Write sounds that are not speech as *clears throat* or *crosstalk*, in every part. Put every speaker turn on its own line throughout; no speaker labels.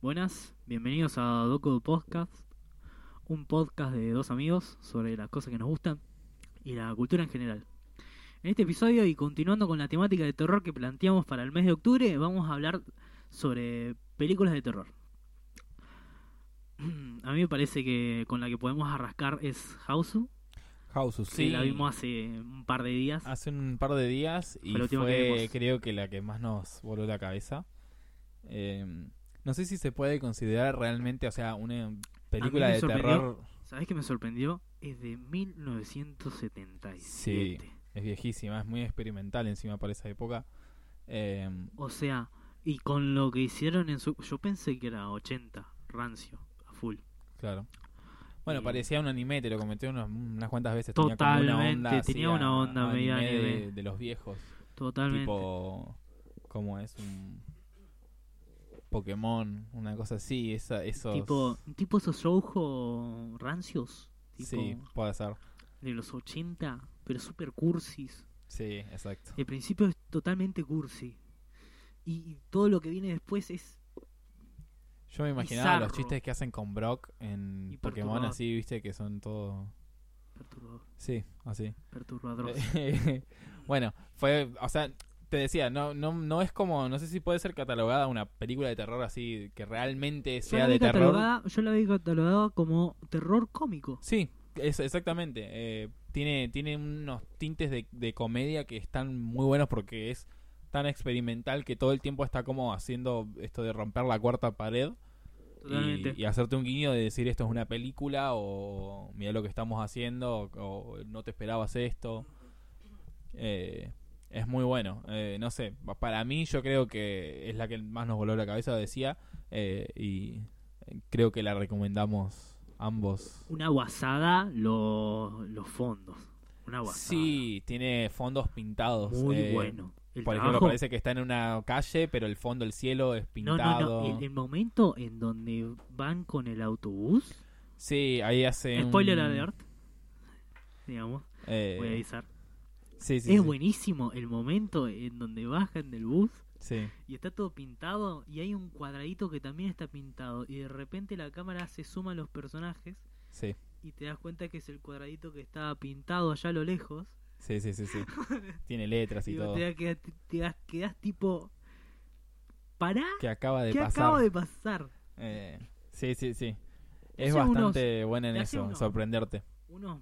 Buenas, bienvenidos a Doco Podcast, un podcast de dos amigos sobre las cosas que nos gustan y la cultura en general. En este episodio y continuando con la temática de terror que planteamos para el mes de octubre, vamos a hablar sobre películas de terror. *clears throat* A mí me parece que con la que podemos arrascar es House,
House of
que
Sea.
la vimos hace un par de días.
hace un par de días y
Fue la última que
fue
vimos.
creo que la que más nos voló la cabeza. Eh, no sé si se puede considerar realmente, o sea, una película
me
de
sorprendió.
terror
¿Sabés qué me sorprendió? Es de 1977.
es viejísima, es muy experimental encima para esa época. Eh,
O sea, y con lo que hicieron en su... Yo pensé que era 80, rancio, a full.
claro. Bueno,
Y-
parecía un anime, te lo comenté unas, unas cuantas veces. tenía como una onda
Totalmente,
así
tenía
a-
una onda medio anime.
de, de los viejos.
Totalmente.
Tipo, ¿cómo es? Un Pokémon, una cosa así, esa, esos...
Tipo, tipo esos shoujo rancios. Tipo,
Sí, puede ser.
De los 80, pero super cursis.
Sí, exacto.
El principio es totalmente cursi. Y, y todo lo que viene después es...
Yo me imaginaba los
Bizarro.
chistes que hacen con Brock en
Y
Pokémon
perturbador.
así, viste, que son todo...
Perturbador.
Sí, así.
Perturbador.
*laughs* Eh, bueno, fue, o sea, te decía, no, no, no es como, no sé si puede ser catalogada una película de terror así, que realmente
yo, la
sea
vi
de terror.
catalogada- yo la vi catalogada como terror cómico.
Sí, es, exactamente. eh, tiene, tiene unos tintes de, de comedia que están muy buenos porque es tan experimental que todo el tiempo está como haciendo esto de romper la cuarta pared.
Totalmente.
Y, y hacerte un guiño de decir esto es una película o mira lo que estamos haciendo o, o no te esperabas esto. Eh, es muy bueno. Eh, no sé, pa- para mí yo creo que es la que más nos voló la cabeza, decía, eh, y creo que la recomendamos ambos.
una guasada lo- los fondos. Una guasada.
Sí, tiene fondos pintados.
Ah, Muy
eh,
bueno. El
Por ejemplo,
trabajo-
parece que está en una calle, pero el fondo, el cielo es
no,
pintado.
no, no. El, el momento en donde van con el autobús.
Sí, ahí hace. un-
Spoiler alert. Digamos,
eh,
voy a avisar.
sí, sí,
es
sí.
buenísimo el momento en donde bajan del bus
Sí.
y está todo pintado y hay un cuadradito que también está pintado y de repente la cámara se suma a los personajes
Sí,
y te das cuenta que es el cuadradito que estaba pintado allá a lo lejos
sí,
*laughs*
sí, sí, sí. Tiene letras y
y vos
todo.
te quedas, te das- quedás tipo pará
Que acaba de
¿Qué
pasar.
acabo de pasar?
Eh, sí, sí, sí.
Te
Es
hace unos-
bastante buena en
te hace
eso, en
unos-
sorprenderte.
Unos.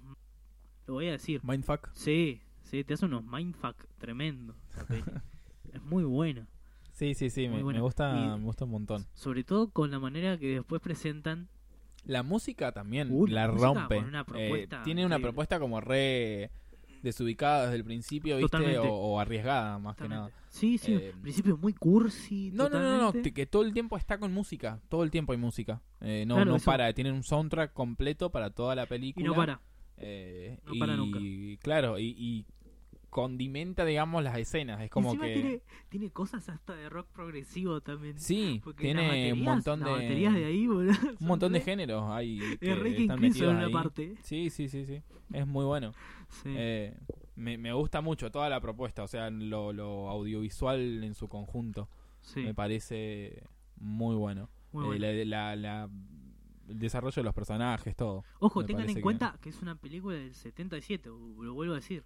Lo voy a decir.
Mindfuck.
Sí, sí, te hace unos mindfuck tremendo. esa peli.
*laughs*
es muy buena.
Sí, sí, sí,
Muy
me,
buena.
me gusta,
Y-
me gusta un montón.
Sobre todo con la manera que después presentan.
La música también
Uh, la
la,
música
rompe.
con una
Eh,
propuesta
tiene una
increíble.
propuesta como re desubicada desde el principio, ¿viste?
Totalmente.
O, o arriesgada, más que nada.
Sí, sí,
Eh,
al principio muy cursi.
No, no, no, no,
totalmente.
te- que todo el tiempo está con música. Todo el tiempo hay música. Eh, no
Claro,
no
eso.
para, tienen un soundtrack completo para toda la película.
Y no para.
Eh,
No
y,
para nunca.
Claro, y, y condimenta, digamos, las escenas. Es como
Encima
que.
tiene, tiene cosas hasta de rock progresivo también.
Sí,
Porque las
tiene
baterías,
un montón
Las baterías de
de.
ahí, boludo.
Un montón de géneros ahí.
*laughs*
que
Es Rick
están
incluso
metidos
en una
ahí.
parte.
Sí, sí, sí, sí. Es muy bueno.
Sí.
Eh, me, me gusta mucho toda la propuesta, o sea, lo, lo audiovisual en su conjunto.
sí,
Me parece muy bueno.
muy
Eh,
buena.
la- la- la- el desarrollo de los personajes, todo.
Ojo,
Me
tengan en
parece que-
cuenta que... es una película del 77, u- lo vuelvo a decir.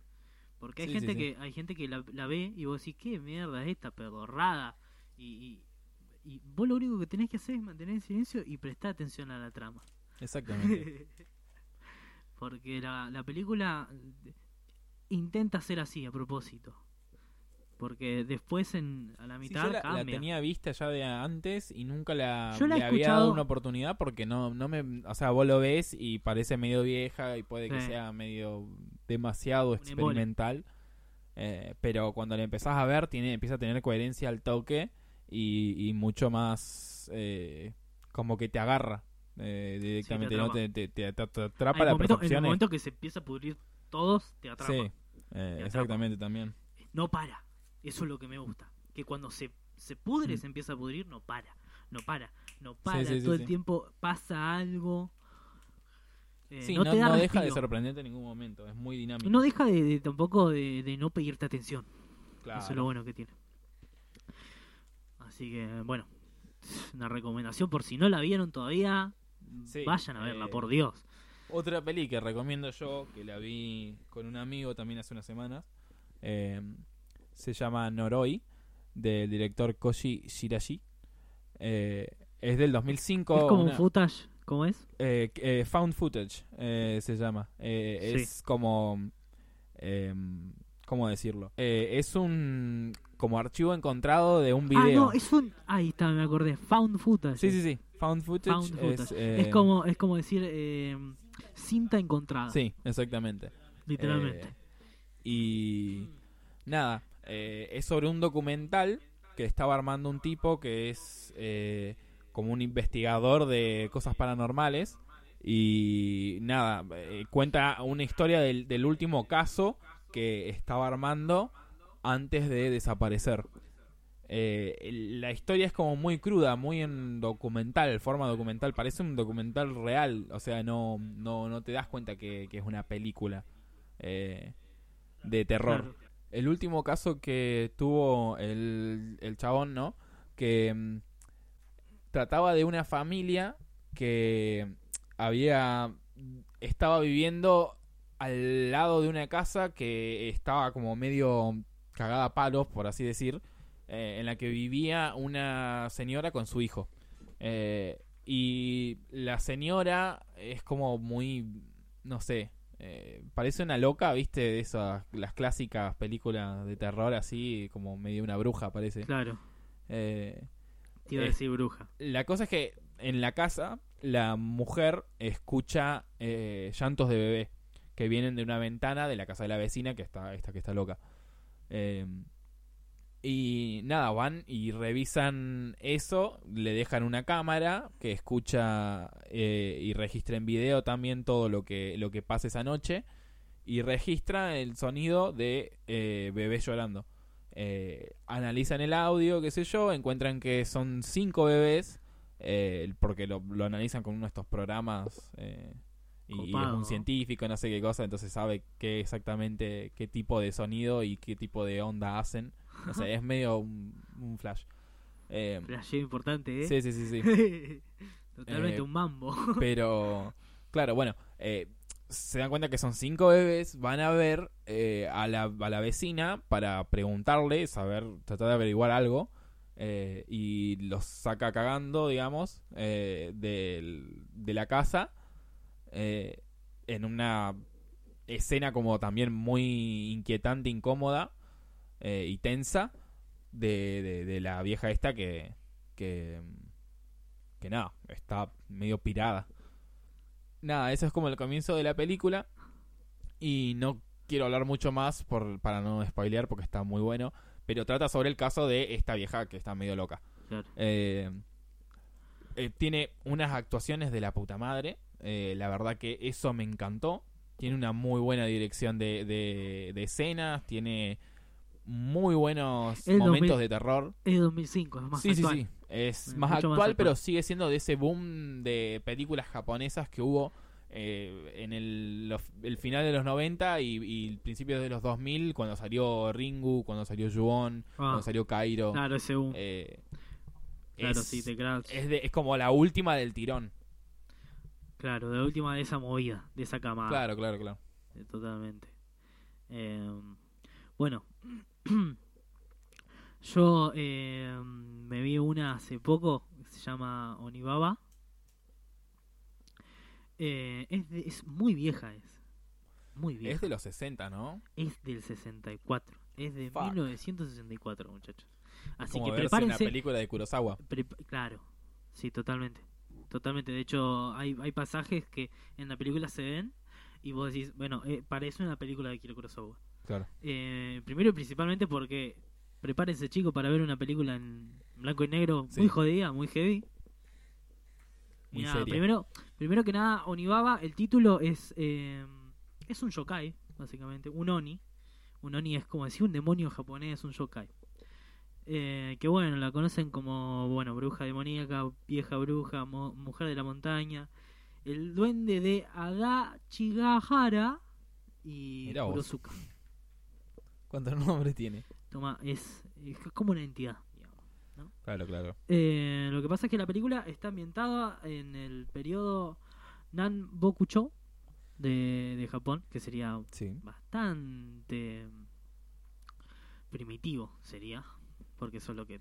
Porque hay
Sí,
gente
sí, sí.
que hay gente que la, la ve y vos decís, ¿qué mierda es esta pedorrada? Y, y, y vos lo único que tenés que hacer es mantener el silencio y prestar atención a la trama. *laughs*
Exactamente.
Porque la, la película eh, intenta ser así a propósito. Porque después en, a la
Sí,
mitad
yo la, la
cambia.
tenía vista ya de antes y nunca la,
Yo la he
le había dado
escuchado-
una oportunidad porque no, no me. O sea, vos lo ves y parece medio vieja y puede que
Sí.
sea medio demasiado
embole.
experimental. Eh, pero cuando la empezás a ver, tiene, empieza a tener coherencia al toque y, y mucho más. eh, como que te agarra eh, directamente. ¿no?
atrapa.
te, te- te- te- te
Ah,
atrapa
el
la
momento- en el
percepción. eh.
momento que se empieza a pudrir todos, te atrapa.
Sí, eh,
atrapa.
exactamente también.
no para. Eso es lo que me gusta. Que cuando se, se pudre, se empieza a pudrir, no para. No para. No para.
Mm. sí, sí,
Todo el
sí.
tiempo pasa algo. Eh,
Sí,
no,
no,
te da
no deja de
respiro.
sorprenderte en ningún momento. Es muy dinámico.
No deja de, de- tampoco de, de no pedirte atención.
Claro.
Eso es lo bueno que tiene. Así que, bueno. una recomendación por si no la vieron todavía,
Sí,
vayan a verla,
eh,
por Dios.
Otra peli que recomiendo yo, que la vi con un amigo también hace unas semanas, eh, se llama Noroi, del director Koji Shirashi. Eh, es del 2005.
es como
una-
un footage, ¿cómo es?
eh, eh, found footage eh, se llama. Eh,
Sí.
Es como. eh, ¿Cómo decirlo? Eh, es un. Como archivo encontrado de un
Ah,
video.
no, es un. Ahí está, me acordé. Found footage.
Sí, sí, sí. Found footage.
Found
es,
footage.
eh,
Es como, es como decir eh, cinta encontrada,
eh, Sí, exactamente.
literalmente.
Eh, y nada, eh, es sobre un documental que estaba armando un tipo que es eh, como un investigador de cosas paranormales. Y nada, eh, cuenta una historia del, del último caso que estaba armando antes de desaparecer. Eh, el- la historia es como muy cruda, muy en documental, forma documental. Parece un documental real, o sea, no, no, no te das cuenta que, que es una película eh, de terror.
Claro.
El último caso que tuvo el, el chabón, ¿no? Que mm, trataba de una familia que había estaba viviendo al lado de una casa que estaba como medio cagada a palos, por así decir, eh, en la que vivía una señora con su hijo. Eh, y la señora es como muy, no sé, eh, parece una loca, viste, de esas, las clásicas películas de terror así, como medio una bruja parece.
Claro,
Eh,
te iba a
Eh,
decir bruja.
la cosa es que en la casa la mujer escucha eh, llantos de bebé que vienen de una ventana de la casa de la vecina que está esta que está loca. Eh, y nada, van y revisan eso, le dejan una cámara que escucha eh, y registra en video también todo lo que, lo que pasa esa noche y registra el sonido de eh, bebé llorando. Eh, analizan el audio, qué sé yo, encuentran que son cinco bebés, eh, porque lo, lo analizan con uno de estos programas eh, y, y es
Copado,
un
¿no?
científico, no sé qué cosa, entonces sabe qué exactamente, qué tipo de sonido y qué tipo de onda hacen. No sé, es medio un, un flash. Eh,
Flasheo importante, ¿eh? *laughs*
sí, sí, sí, sí.
Totalmente
Eh,
un mambo. *laughs*
Pero, claro, bueno, eh, se dan cuenta que son cinco bebés, van a ver eh, a, la, a la vecina para preguntarle, saber, tratar de averiguar algo, eh, y los saca cagando, digamos, eh, del- de la casa, eh, en una escena como también muy inquietante, incómoda eh, y tensa, de, de- de la vieja esta que... que que nada, está medio pirada. Nada, eso es como el comienzo de la película. Y no quiero hablar mucho más por, para no spoilear porque está muy bueno. Pero trata sobre el caso de esta vieja que está medio loca.
Claro.
Eh, eh, tiene unas actuaciones de la puta madre. Eh, la verdad que eso me encantó. Tiene una muy buena dirección de, de- de escenas. Tiene muy buenos
El
momentos
2000
de terror.
Es 2005, es más
Sí,
actual.
sí, sí. Es
Eh,
más
mucho
actual,
más
pero
actual.
sigue siendo de ese boom de películas japonesas que hubo eh, en el, los- el final de los 90 y, y principios de los 2000, cuando salió Ringu, cuando salió Yuon,
Ah,
cuando salió Cairo.
claro, ese un.
Eh,
claro,
es,
sí, te crash.
es, de- es como la última del tirón.
Claro, de la última de esa movida, de esa camada.
Claro, claro, claro.
Eh, Totalmente. Eh, bueno, *clears throat* yo eh, me vi una hace poco, se llama Onibaba. Eh, es, de- es muy vieja, es. Muy
Es
vieja.
de los 60, ¿no?
Es del 64. Es de
Fuck.
1964, muchachos. Así
como
que
verse una
prepárense.
película de Kurosawa.
Prep- claro, sí, totalmente. Totalmente. De hecho, hay, hay pasajes que en la película se ven y vos decís, bueno, eh, parece una película de Kiro Kurosawa.
Claro.
Eh, primero y principalmente porque prepárense, chicos, para ver una película en blanco y negro
Sí.
muy jodida, muy heavy. Y
Muy
nada,
seria.
primero, primero que nada, Onibaba, el título es eh, es un yokai, básicamente, un oni. Un oni es como decir un demonio japonés, un yokai. Eh, que bueno, la conocen como, bueno, bruja demoníaca, vieja bruja, mo- mujer de la montaña, el duende de Adachigahara y
Mirá vos.
Kurosuka.
¿Cuántos *laughs* nombres tiene?
Toma, es, es como una entidad, digamos. ¿no?
Claro, claro.
Eh, lo que pasa es que la película está ambientada en el periodo Nanbokucho de, de Japón, que sería
Sí.
bastante primitivo, sería, porque eso es lo que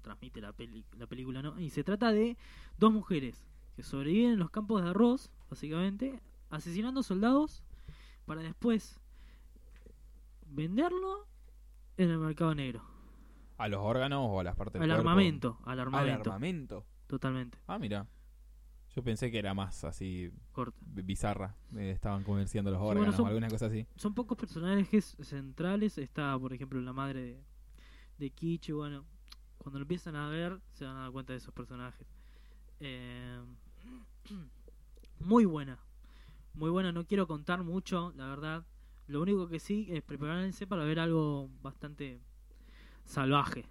transmite la, peli- la película, ¿no? Y se trata de dos mujeres que sobreviven en los campos de arroz, básicamente, asesinando soldados para después venderlo en el mercado negro.
¿A los órganos o a las partes
Al
del cuerpo?
armamento, al
Al
armamento,
armamento.
totalmente,
Ah, mira. Yo pensé que era más así
corta.
bi- bizarra. Eh, estaban comerciando los
bueno,
órganos
son-
o alguna cosa así.
son pocos personajes centrales. Está, por ejemplo, la madre de, de Kichi. Bueno, cuando lo empiezan a ver, se van a dar cuenta de esos personajes. Eh, *clears throat* muy buena. Muy buena. No quiero contar mucho, la verdad. Lo único que sí es preparándose para ver algo bastante salvaje,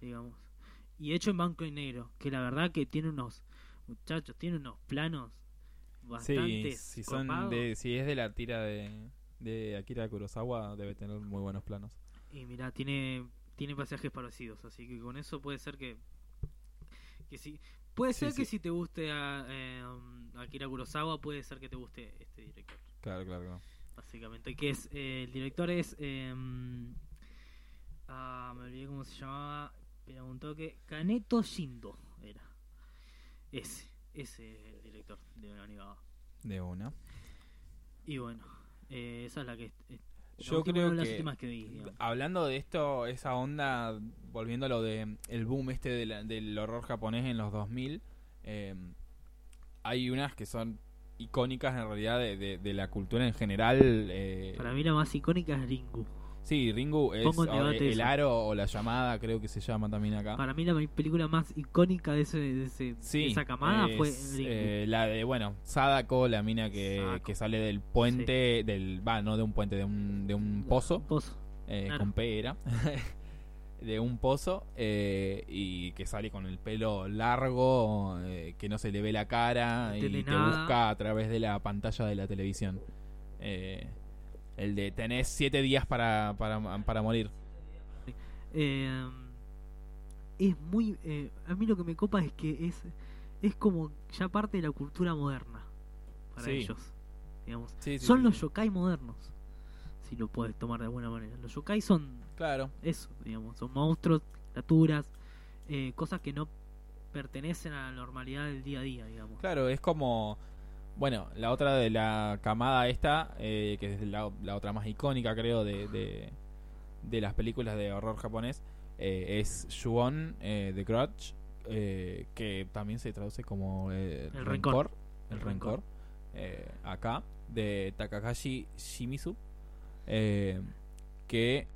digamos. Y hecho en banco y negro. Que la verdad que tiene unos. Muchachos, tiene unos planos bastante.
Sí, si, son de, si es de la tira de, de Akira Kurosawa, debe tener muy buenos planos.
Y mira, tiene tiene pasajes parecidos, así que con eso puede ser que que si puede
Sí,
ser que
sí.
si te guste a eh, um, Akira Kurosawa puede ser que te guste este director,
Claro, claro, claro.
básicamente que es eh, el director es eh, ah, me olvidé cómo se llamaba, pero un toque Kaneto Shindo era. Ese, ese es el director de Ononigaba.
De una.
Y bueno, eh, esa es la que es- es- la
Yo
última-
creo
una de las
que-
últimas que vi, digamos.
Hablando de esto, esa onda, volviendo a lo de el boom este de la- del horror japonés en los 2000, eh, hay unas que son icónicas en realidad de, de- de la cultura en general. eh,
Para mí la más icónica es Ringu.
Sí, Ringu es
Pongo en
o-
debate
el
eso.
aro o la llamada, creo que se llama también acá.
Para mí la mi- película más icónica de, ese, de, ese-
Sí,
de esa camada
es,
fue
eh, la de, bueno, Sadako, la mina que,
Sadako.
que sale del puente, del, va, no de un puente, de un, de un pozo.
Pozo.
eh,
Claro.
con P era, *laughs* de un pozo eh, y que sale con el pelo largo, eh, que no se le ve la cara
No
y
tiene
te
nada.
busca a través de la pantalla de la televisión. Eh, el de tenés siete días para, para, para morir.
Eh, es muy... eh, a mí lo que me copa es que es, es como ya parte de la cultura moderna para
Sí.
ellos. Digamos. son los yokai modernos, si lo puedes tomar de alguna manera. Los yokai son
Claro,
eso, digamos. Son monstruos, criaturas, eh, cosas que no pertenecen a la normalidad del día a día, digamos.
claro, es como... Bueno, la otra de la camada esta, eh, que es la, la otra más icónica creo de, de, de las películas de horror japonés, eh, es Shuon eh, The Grudge, eh, que también se traduce como eh,
El rencor.
El
El
rencor.
rencor.
eh, acá, de Takahashi Shimizu. eh, que,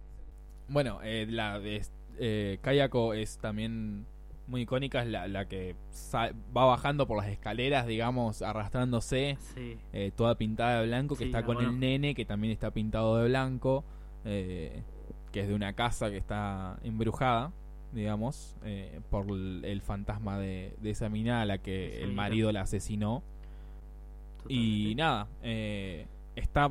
bueno, eh, la de es- eh, Kayako es también muy icónica, es la, la que sa- va bajando por las escaleras, digamos, arrastrándose
Sí.
eh, toda pintada de blanco, que
Sí,
está
la
con el
conozco.
nene, que también está pintado de blanco, eh, que es de una casa que está embrujada, digamos, eh, por el, el fantasma de, de esa mina a la
Esa
que el
mina.
marido la asesinó. Y
totalmente.
nada, eh, está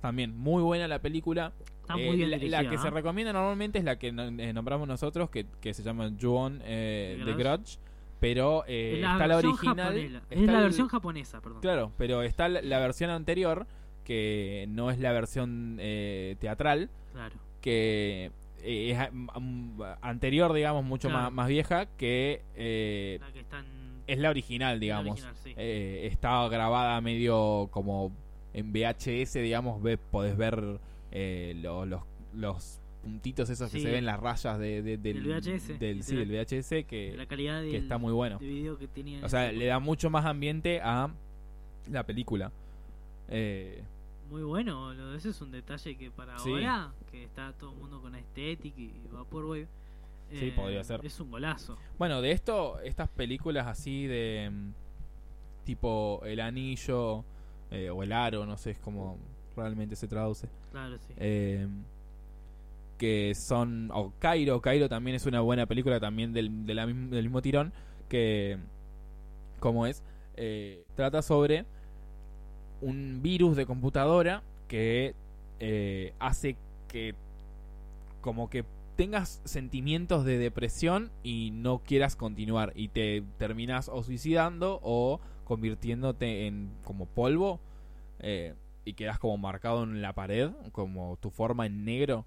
también muy buena la película.
Está
Eh,
muy bien
la, la
dirigida,
que se
¿eh?
recomienda normalmente es la que no- eh, nombramos nosotros, que, que se llama Juon eh,
The
The
Grudge.
Grudge. Pero eh,
Es la
está la
versión
original.
japonela. es
está
la
el-
versión japonesa, perdón.
Claro, pero está la- la versión anterior, que no es la versión eh, teatral,
Claro.
que eh, es a- m- anterior, digamos, mucho
Claro.
más, más vieja, que eh,
La que está en-
es la original, digamos.
la original, sí.
Eh, está grabada medio como en VHS, digamos, ve- podés ver eh, lo- los, los puntitos esos que
Sí.
se ven, las rayas de- de- del,
Del VHS,
del- sí,
literal.
del VHS, que,
la calidad del,
eh, que está muy bueno.
de video que tenía. en
O sea,
ese
le da mucho más ambiente a la película. Eh,
momento. Muy bueno, boludo. Ese es un detalle que para
Sí.
ahora, que está todo el mundo con estética y Vaporwave.
Sí, podría ser.
eh, Es un golazo.
bueno, de esto, estas películas así de mm, tipo El Anillo eh, o El Aro, no sé es cómo realmente se traduce.
Claro, sí.
eh, que son. O Cairo, Cairo también es una buena película también del, de la mism- del mismo tirón. Que. como es? eh, trata sobre un virus de computadora que eh, hace que. como que tengas sentimientos de depresión y no quieras continuar y te terminas o suicidando o convirtiéndote en como polvo eh, y quedas como marcado en la pared, como tu forma en negro.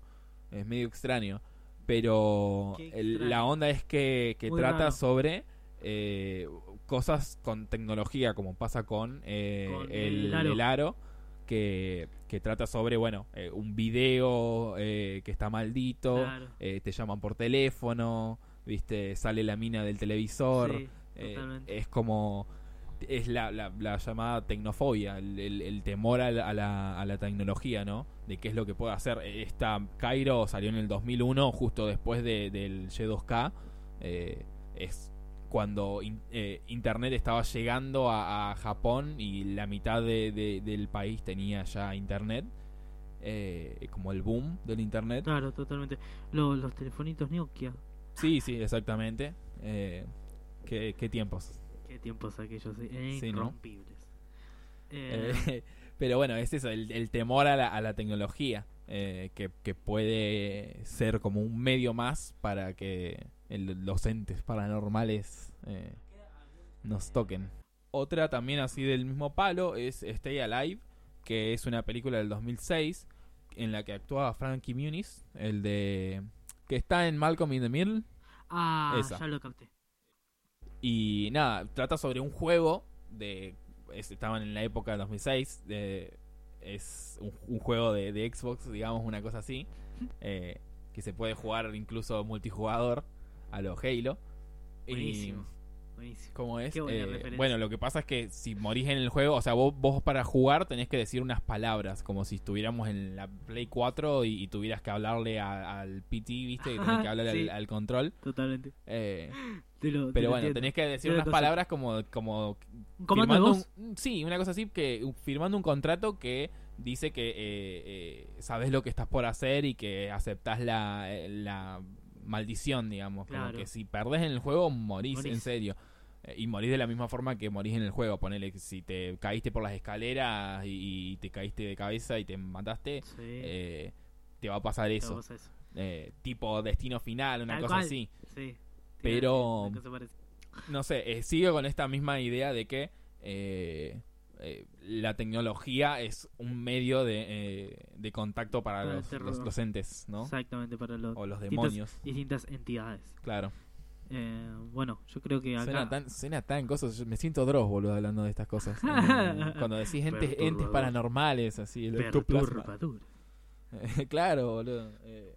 Es medio extraño. Pero
Qué
el-
extraño.
la onda es que, que
Muy
trata
raro.
sobre eh, cosas con tecnología, como pasa con, eh,
Con
el,
el aro.
el aro, que, que trata sobre, bueno, eh, un video eh, que está maldito,
Claro.
eh, te llaman por teléfono, viste, sale la mina del televisor.
Sí,
Eh,
totalmente.
es como. Es la, la- la llamada tecnofobia, el, el- el temor a la, a la- a la tecnología, ¿no? De qué es lo que puede hacer. Esta Cairo salió en el 2001, justo después de- del Y2K. eh, es cuando in- eh, Internet estaba llegando a, a Japón y la mitad de- de- del país tenía ya Internet. eh, como el boom del Internet.
Claro, totalmente. Lo- los telefonitos Nokia.
Sí, sí, exactamente. Eh, ¿qué- qué tiempos?
Qué tiempos aquellos. eh,
Sí, ¿no?
Irrompibles. Eh,
Eh, *laughs* pero bueno, es eso, el, el temor a la, a la tecnología, eh, que, que puede ser como un medio más para que el- los entes paranormales eh, nos toquen. Otra también así del mismo palo es Stay Alive, que es una película del 2006 en la que actuaba Frankie Muniz, el de... que está en Malcolm in the Middle.
ah,
esa.
ya lo capté.
Y nada, trata sobre un juego de. es- estaban en la época del 2006. de- es un, un juego de, de Xbox, digamos, una cosa así. eh, que se puede jugar incluso multijugador a los Halo. Y,
Buenísimo. Buenísimo.
¿Cómo es?
Qué buena
Eh,
referencia.
bueno, lo que pasa es que si morís en el juego, o sea, vos, vos para jugar tenés que decir unas palabras, como si estuviéramos en la Play 4 y, y tuvieras que hablarle a- al PT, ¿viste? Que tenés que hablarle
Sí.
al, al control.
Totalmente.
Eh,
Te lo- te
pero
lo
bueno,
entiendo.
tenés que decir
Una
unas
cosa.
palabras como, como
Un comando de
firmando
voz.
un- sí, una cosa así, que firmando un contrato que dice que eh, eh, sabes lo que estás por hacer y que aceptás la, eh, la maldición, digamos. Como
Claro.
que si perdés en el juego, morís,
Morís.
en serio. Eh, Y morís de la misma forma que morís en el juego. Ponele, que si te caíste por las escaleras y, y te caíste de cabeza y te mataste,
Sí,
eh, te va a pasar
te
eso.
vamos a eso.
Eh, tipo destino final, una
Tal
cosa
cual.
así.
Sí. Te iba a
Pero-
decir una cosa parecida.
no sé, eh, sigo con esta misma idea de que eh, eh, la tecnología es un medio de, eh, de contacto para
Para el
los,
terror.
los- los entes, ¿no?
Exactamente, para los
O los
Distintos-
demonios,
distintas entidades.
claro.
Eh, bueno, yo creo que acá.
Suena tan, suena tan cosas, yo me siento dross, boludo, hablando de estas
*laughs*
cosas. Eh, cuando decís entes,
Perturbador.
entes paranormales, así, el ectoplasma.
perturbador.
*laughs* claro, boludo. eh,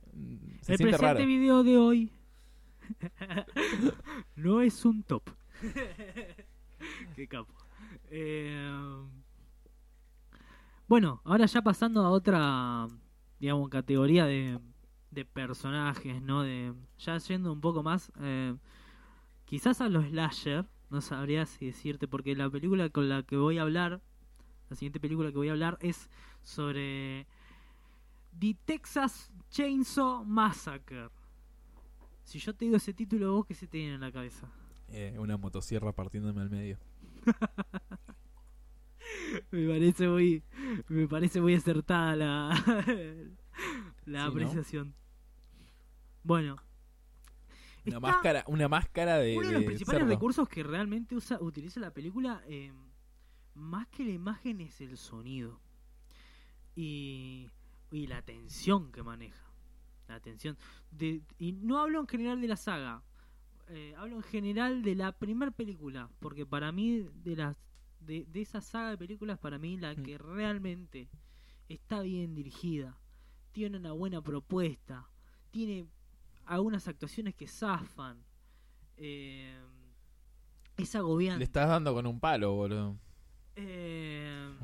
se
El
siente
presente
raro.
video de hoy no es un
*laughs*
top. Qué capo. Eh, bueno, ahora ya pasando a otra, digamos, categoría de, de personajes, ¿no? De, ya yendo un poco más, eh, quizás a los slasher, no sabría si decirte, porque la película con la que voy a hablar, la siguiente película que voy a hablar es sobre The Texas Chainsaw Massacre. Si yo te digo ese título, vos qué se te viene en la cabeza.
Eh, una motosierra partiéndome al medio.
*laughs* Me parece muy, me parece muy acertada la, *laughs* la
Sí, ¿no?
apreciación. Bueno.
Una
Está
máscara, una máscara de.
Uno de los
de
principales
cerdo.
recursos que realmente usa, utiliza la película, eh, más que la imagen, es el sonido. Y, y la tensión que maneja. La tensión. De- y no hablo en general de la saga. eh, hablo en general de la primer película. Porque para mí, de, las, de, de esa saga de películas, para mí la
Mm.
que realmente está bien dirigida. Tiene una buena propuesta. Tiene algunas actuaciones que zafan. eh, es agobiante.
Le estás dando con un palo, boludo.
Eh,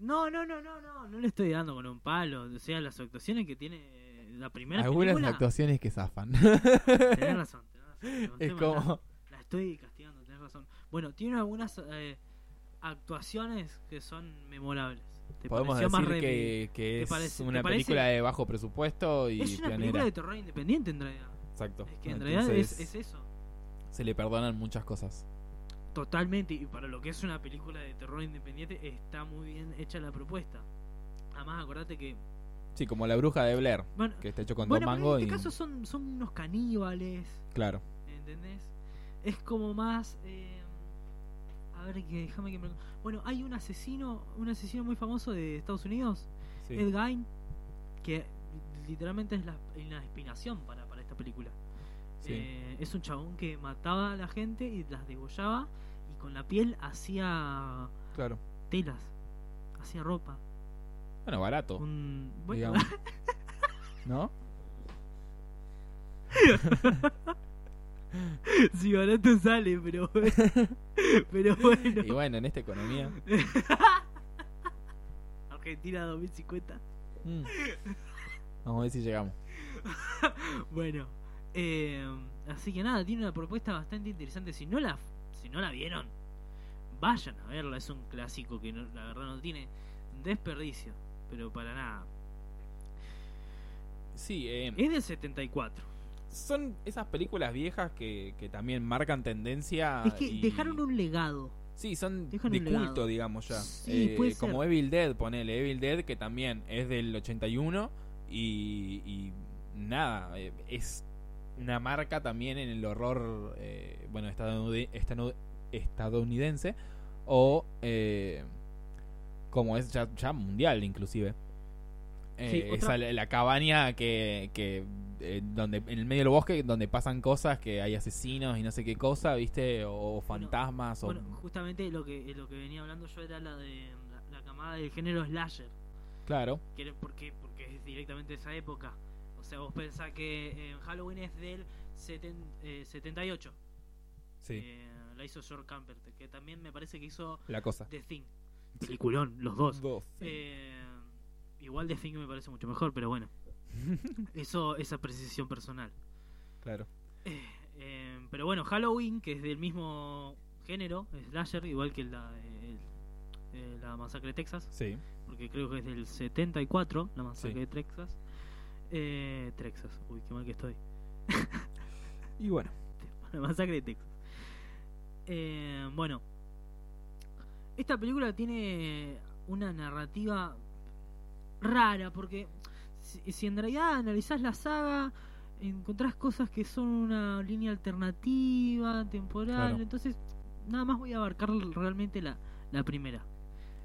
no, no, no, no, no, no le estoy dando con un palo. O sea, las actuaciones que tiene la primera
Algunas
película.
actuaciones que zafan.
Tenés razón, tenés razón. no estoy
*laughs* es
mandando.
como.
La estoy castigando, tenés razón. Bueno, tiene algunas eh, actuaciones que son memorables. ¿Te
Podemos
pareció más
decir
Remedy?
que, que
¿Te
es
parece- te
una
parece?
película de bajo presupuesto y
Es una
pionera.
película de terror independiente en realidad.
Exacto.
Es que en realidad
Entonces,
es, es eso.
Se le perdonan muchas cosas.
Totalmente, y para lo que es una película de terror independiente está muy bien hecha la propuesta. Además, acordate que
Sí, como la bruja de Blair,
Bueno,
que está hecho con
bueno,
dos
pero
mangos
en
y...
este caso son, son unos caníbales,
Claro.
¿entendés? Es como más... eh, a ver, que déjame que me... Bueno, hay un asesino, un asesino muy famoso de Estados Unidos,
Sí.
Ed Gein, que literalmente es la, es la inspiración para, para esta película.
Sí.
Eh, es un chabón que mataba a la gente y las degollaba y con la piel hacía
Claro.
telas, hacía ropa.
Bueno, barato,
Un... Bueno,
Oh, digamos. *laughs* ¿No?
*laughs* si barato sale, pero, *laughs* pero bueno.
*laughs* Y bueno, en
*laughs*
esta economía...
Argentina 2050.
Mm. Vamos a ver si llegamos.
Bueno, eh, así que nada, tiene una propuesta bastante interesante. Si no la, si no la vieron, vayan a verla. Es un clásico que no- la verdad no tiene desperdicio, pero para nada.
Sí, eh,
Es del 74.
son esas películas viejas que, que también marcan tendencia.
es que
Ah, y-
dejaron un legado.
Sí, son
dejan
de
un
culto,
legado.
digamos ya.
Sí,
Eh,
puede
como
ser.
Evil Dead, ponele. Evil Dead, que también es del 81. Y, y nada, eh, es una marca también en el horror, eh, bueno, estadounid- estanu- estadounidense. O eh, como es ya, ya mundial, inclusive.
Sí,
Eh,
otra-
esa- la, la cabaña que, que eh, donde en el medio del bosque donde pasan cosas que hay asesinos y no sé qué cosa viste o, fantasmas o
Bueno, justamente lo que lo que venía hablando yo era la de la, la camada del género slasher.
Claro,
que era- ¿Por qué? Porque es directamente de esa época. O sea, vos pensás que eh, Halloween es del seten- eh, 78.
sí,
Eh, la hizo George Campbell, que también me parece que hizo
la cosa.
The Thing. Peliculón, los dos.
Dos.
Eh, igual The Thing me parece mucho mejor, pero bueno. Eso, esa precisión personal.
Claro.
Eh, eh, pero bueno, Halloween, que es del mismo género, slasher, igual que la, de- eh, la masacre de Texas,
Sí.
porque creo que es del 74, la masacre
Sí.
de Texas. Eh, Texas, uy, qué mal que estoy.
Y bueno.
*laughs* La masacre de Texas. Eh, bueno, esta película tiene una narrativa rara porque si, si en realidad analizás la saga encontrás cosas que son una línea alternativa, temporal,
Claro.
entonces nada más voy a abarcar realmente la, la primera.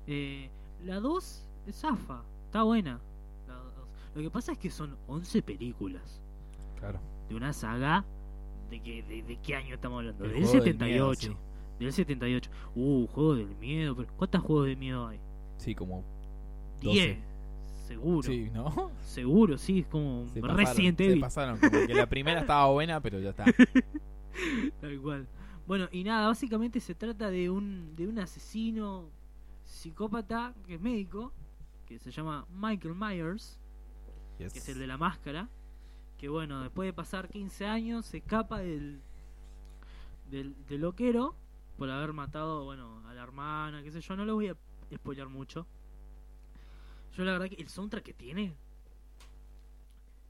Eh, la 2 es zafa, está buena. la dos. Lo que pasa es que son 11 películas
Claro.
de una saga de que de, de qué año estamos hablando
El
del
juego
78
del miedo,
del 78 uh juego del miedo pero cuántos juegos de miedo hay
Sí, como. 12.
10 seguro
Sí,
*laughs*
¿no?
seguro sí es como
Se pasaron,
reciente
se pasaron. Como que la primera estaba buena, pero ya está.
*laughs* Tal cual. Bueno, y nada, básicamente se trata de un, de un asesino psicópata que es médico, que se llama Michael Myers,
Yes.
que es el de la máscara, que bueno, después de pasar 15 años se escapa del, del, del loquero por haber matado, bueno, a la hermana, qué sé yo, no lo voy a spoiler mucho. Yo la verdad que el soundtrack que tiene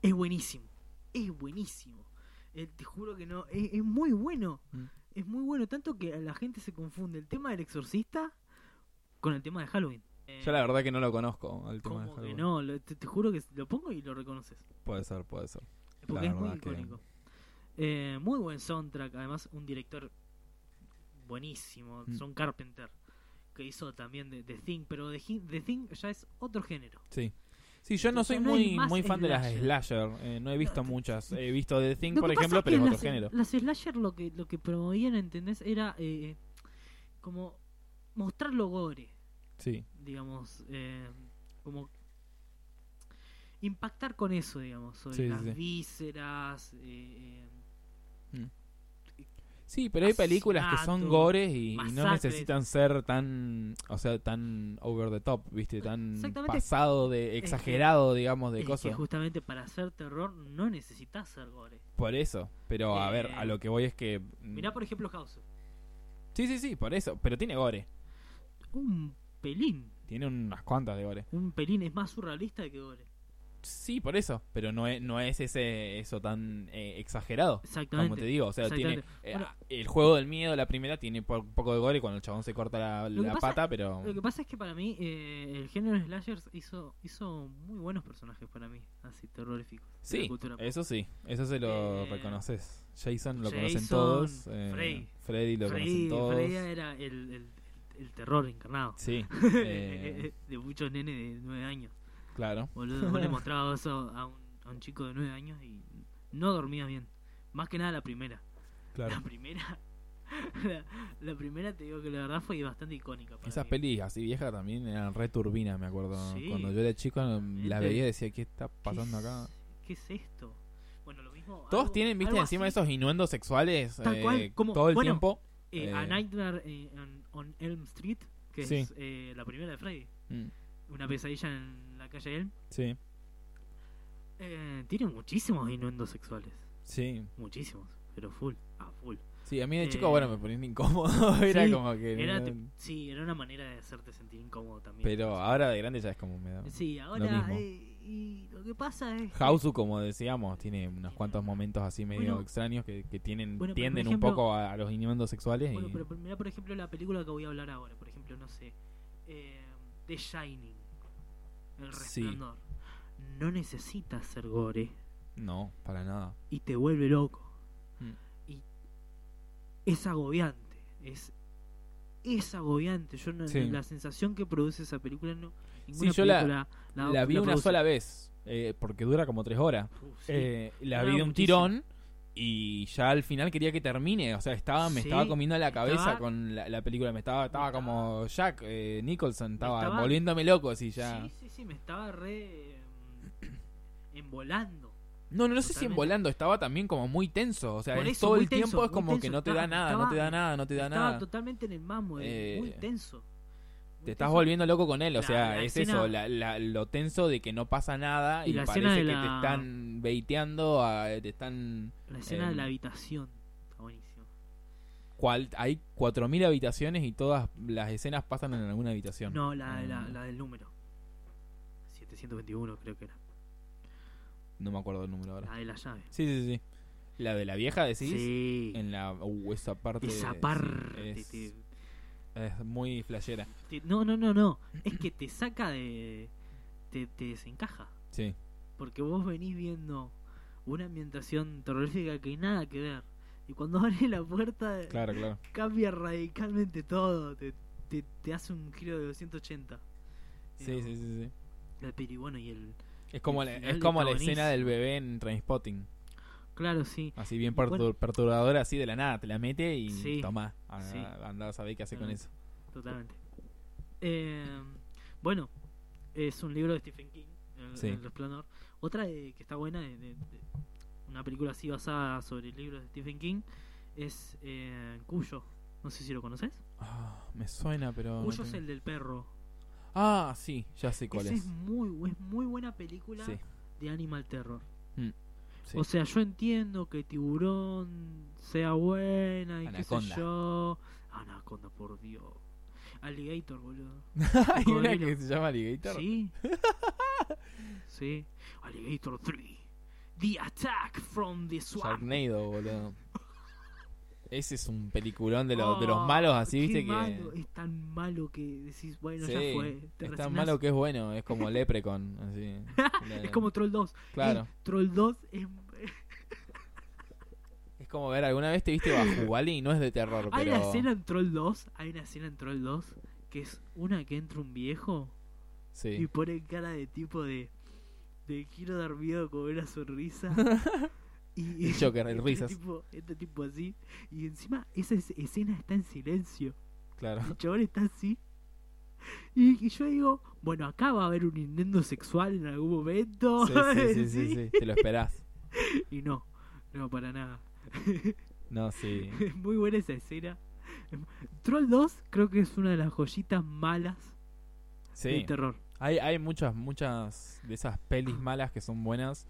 es buenísimo, es buenísimo. Eh, te juro que no, es, es muy bueno,
Mm.
es muy bueno, tanto que la gente se confunde el tema del exorcista con el tema de Halloween. Eh,
Yo la verdad que no lo conozco. al tema
como
de
que
Halloween.
no, lo- te, te juro que lo pongo y lo reconoces.
Puede ser, puede ser.
Porque
La
es muy
verdad que-
icónico. Eh, muy buen soundtrack, además un director buenísimo,
Mm.
John Carpenter, que hizo también de The Thing, pero The, Hi- The Thing ya es otro género.
Sí. Sí, yo no
Ya
soy
no hay
muy,
más
muy fan de las
slasher.
slasher. eh, no he visto
No, te- *laughs*
muchas. He visto The Thing,
Lo
por
que pasa
ejemplo,
es que
pero es otro
las-
género.
Las slasher lo que, lo que promovían, ¿entendés? Era eh, como mostrar lo gore,
Sí,
digamos, eh, como impactar con eso, digamos, sobre
Sí, sí,
las
sí.
vísceras. eh, eh,
sí pero hay películas que son
Asesinato,
gores y, y no
masacres.
necesitan ser tan, o sea, tan over the top, viste, tan
Exactamente.
pasado de
que-
exagerado, digamos, de
Es
cosas.
eh, que justamente para hacer terror no necesitas hacer gore.
Por eso. Pero a
Eh,
ver, a lo que voy es que. mm,
Mirá, por ejemplo, House.
Sí, sí, sí, por eso. Pero tiene gore.
Un pelín.
Tiene unas cuantas de gore.
Un pelín es más surrealista que gore.
Sí, por eso, pero no es, no es ese eso tan eh, exagerado.
Exactamente.
Como te digo, o sea, tiene eh,
Bueno.
el juego del miedo, la primera tiene po- un poco de gore cuando el chabón se corta la,
Lo que
la
pasa-
pata, pero
Lo que pasa es que para mí eh, el género de slashers hizo hizo muy buenos personajes para mí, así terroríficos. de la
sí,
cultura pop.
eso sí, eso se lo
Eh,
reconoces. Jason lo
Jason,
conocen todos, eh,
Freddy.
Freddy lo
Freddy-
conocen todos.
Freddy era el, el- el terror encarnado *laughs*
Sí, eh,
de muchos nenes de 9 años.
claro.
Boludo, vos
*laughs*
le mostrabas eso a un, a un chico de 9 años y no dormía bien. Más que nada la primera. La
Claro.
primera. *laughs* La, la primera te digo que la verdad fue bastante icónica. Para
Esas
mí.
pelis así viejas también eran re turbina, me acuerdo.
Sí.
Cuando yo era chico la
Este-
veía y decía, ¿qué está
¿Qué
pasando
es-
acá?
¿Qué es esto? Bueno, lo mismo.
Todos
algo-
tienen, viste,
algo
encima
así,
esos inuendos sexuales
Tal
eh,
cual, como-
todo el
bueno,
tiempo.
eh, A
eh,
Nightmare eh, on, on Elm Street, que
Sí.
es eh, la primera de Freddy.
Mm,
Una pesadilla en la calle Elm.
sí,
Eh, tiene muchísimos innuendos sexuales.
sí.
Muchísimos. Pero full. A full.
Sí, a mí de
Eh,
chico, bueno, me ponían incómodo. *laughs* era
sí,
como que.
Era,
no-
te- sí, era una manera de hacerte sentir incómodo también.
pero ahora de grande ya es como me da.
Sí, ahora.
mismo.
eh, y lo que pasa es. que-
Hausu, como decíamos, tiene unos cuantos momentos así medio
Bueno.
extraños que, que tienen,
Bueno, pero por
tienden
ejemplo-
un poco a, a los innuendos sexuales.
Bueno,
y-
pero mira, por ejemplo, la película que voy a hablar ahora. Por ejemplo, no sé. eh, The Shining. El
Sí.
resplandor. No necesitas ser gore.
No, para nada.
Y te vuelve loco.
Mm.
Y. Es agobiante. Es. Es agobiante. Yo no,
Sí.
La sensación que produce esa película no.
Sí,
Ninguna
yo la-
película
La, vi una
produce.
sola vez, eh, porque dura como tres horas.
Uf, sí.
Eh, la
Duraba
vi de un
muchísimo.
tirón y ya al final quería que termine. O sea, estaba, me
Sí,
estaba comiendo la
estaba-
cabeza con la, la película. Me estaba, estaba
estaba-
como Jack eh, Nicholson, estaba,
estaba-
volviéndome loco así ya.
Sí, sí, sí, me estaba re. em, eh, *clears throat* embolando.
No, no, no sé si en
Totalmente.
volando estaba también como muy tenso. O sea,
Por
es
eso,
todo
muy
el
tenso,
tiempo es
muy
como que
tenso,
no te da
estaba-
nada, no te da
estaba-
nada, no te da
Estaba
nada.
totalmente en el mamo, eh,
Eh,
muy tenso. Muy
Te estás
tenso.
volviendo loco con él, o
La-
sea,
la
es
escena-
eso, la- la- lo tenso de que no pasa nada
Y
y,
la
parece
escena de
que te
la-
están baiteando, a- te están...
La escena de
em,
la habitación. Está buenísimo.
cual- hay 4.000 habitaciones y todas las escenas pasan en alguna habitación.
No, la, la,
Mm,
la del número. 721 creo que era.
No me acuerdo el número ahora.
La de la llave.
Sí, sí, sí. La de la vieja, decís.
Sí.
En la... uh, esa parte...
Esa
sí,
parte.
es-
te-
es muy flashera.
te- no, no, no, no. Es que te saca de. Te, te desencaja.
Sí.
Porque vos venís viendo una ambientación terrorífica que nada que ver. Y cuando abrís la puerta,
Claro, claro.
cambia radicalmente todo. Te, te, te hace un giro de 280.
Sí, sí, sí, sí.
El bueno y el.
Es como,
El
la,
final
es como
está
la escena
buenísimo.
del bebé en Trainspotting.
Claro, sí.
Así bien
Y bueno-
pertur- perturbadora, así de la nada. Te la mete y
Sí,
tomá. a-
sí.
Andá a saber qué hace con
Totalmente.
eso.
Totalmente. Eh, bueno, es un libro de Stephen King, El,
Sí.
El Resplandor. Otra de- que está buena, de, de- de una película así basada sobre el libro de Stephen King, es eh, Cuyo. No sé si lo conoces.
Ah, me suena, pero. no
Cuyo es
tengo-
el del perro.
Ah, sí, ya sé cuál
Esa
es.
es muy, bu- es muy buena película
Sí,
de Animal Terror.
sí.
O sea, yo entiendo que Tiburón sea buena y qué sé
Anaconda.
yo. Anaconda, por Dios. Alligator, boludo.
*laughs* Hay una
cocodrilo.
que se llama Alligator. *laughs*
Sí. sí. Alligator 3. The Attack from the Swamp.
Sharknado,
*laughs*
boludo. Ese es un peliculón de, los de
Oh,
los malos, así,
qué
Ah, viste
malo,
que.
Es tan malo que decís, bueno,
Sí,
ya fue. te
es
resignás.
tan malo que es bueno, es como Leprechaun. Así.
*laughs* Es como Troll 2.
Claro.
Eh, Troll 2 es...
Es como ver, alguna vez te viste Bajugali y no es de terror,
Hay
pero.
una Ah, escena en Troll 2, hay una escena en Troll 2 que es una que entra un viejo y
Sí.
pone cara de tipo de... De quiero dar miedo con una
*laughs*
sonrisa. y,
El Joker, el
este
risas.
Tipo, este tipo así. Y encima esa es- escena está en silencio. *laughs*
Claro.
El chabón está así. Y, y yo digo, bueno, acá va a haber un intento sexual en algún momento.
Sí,
*laughs*
sí, sí, sí, sí, te lo esperás.
Y no, no, para nada. *laughs*
No, sí.
Es muy buena esa escena. Troll 2 creo que es una de las joyitas malas del *laughs*
Sí.
terror.
Hay, hay muchas, muchas de esas pelis malas que son buenas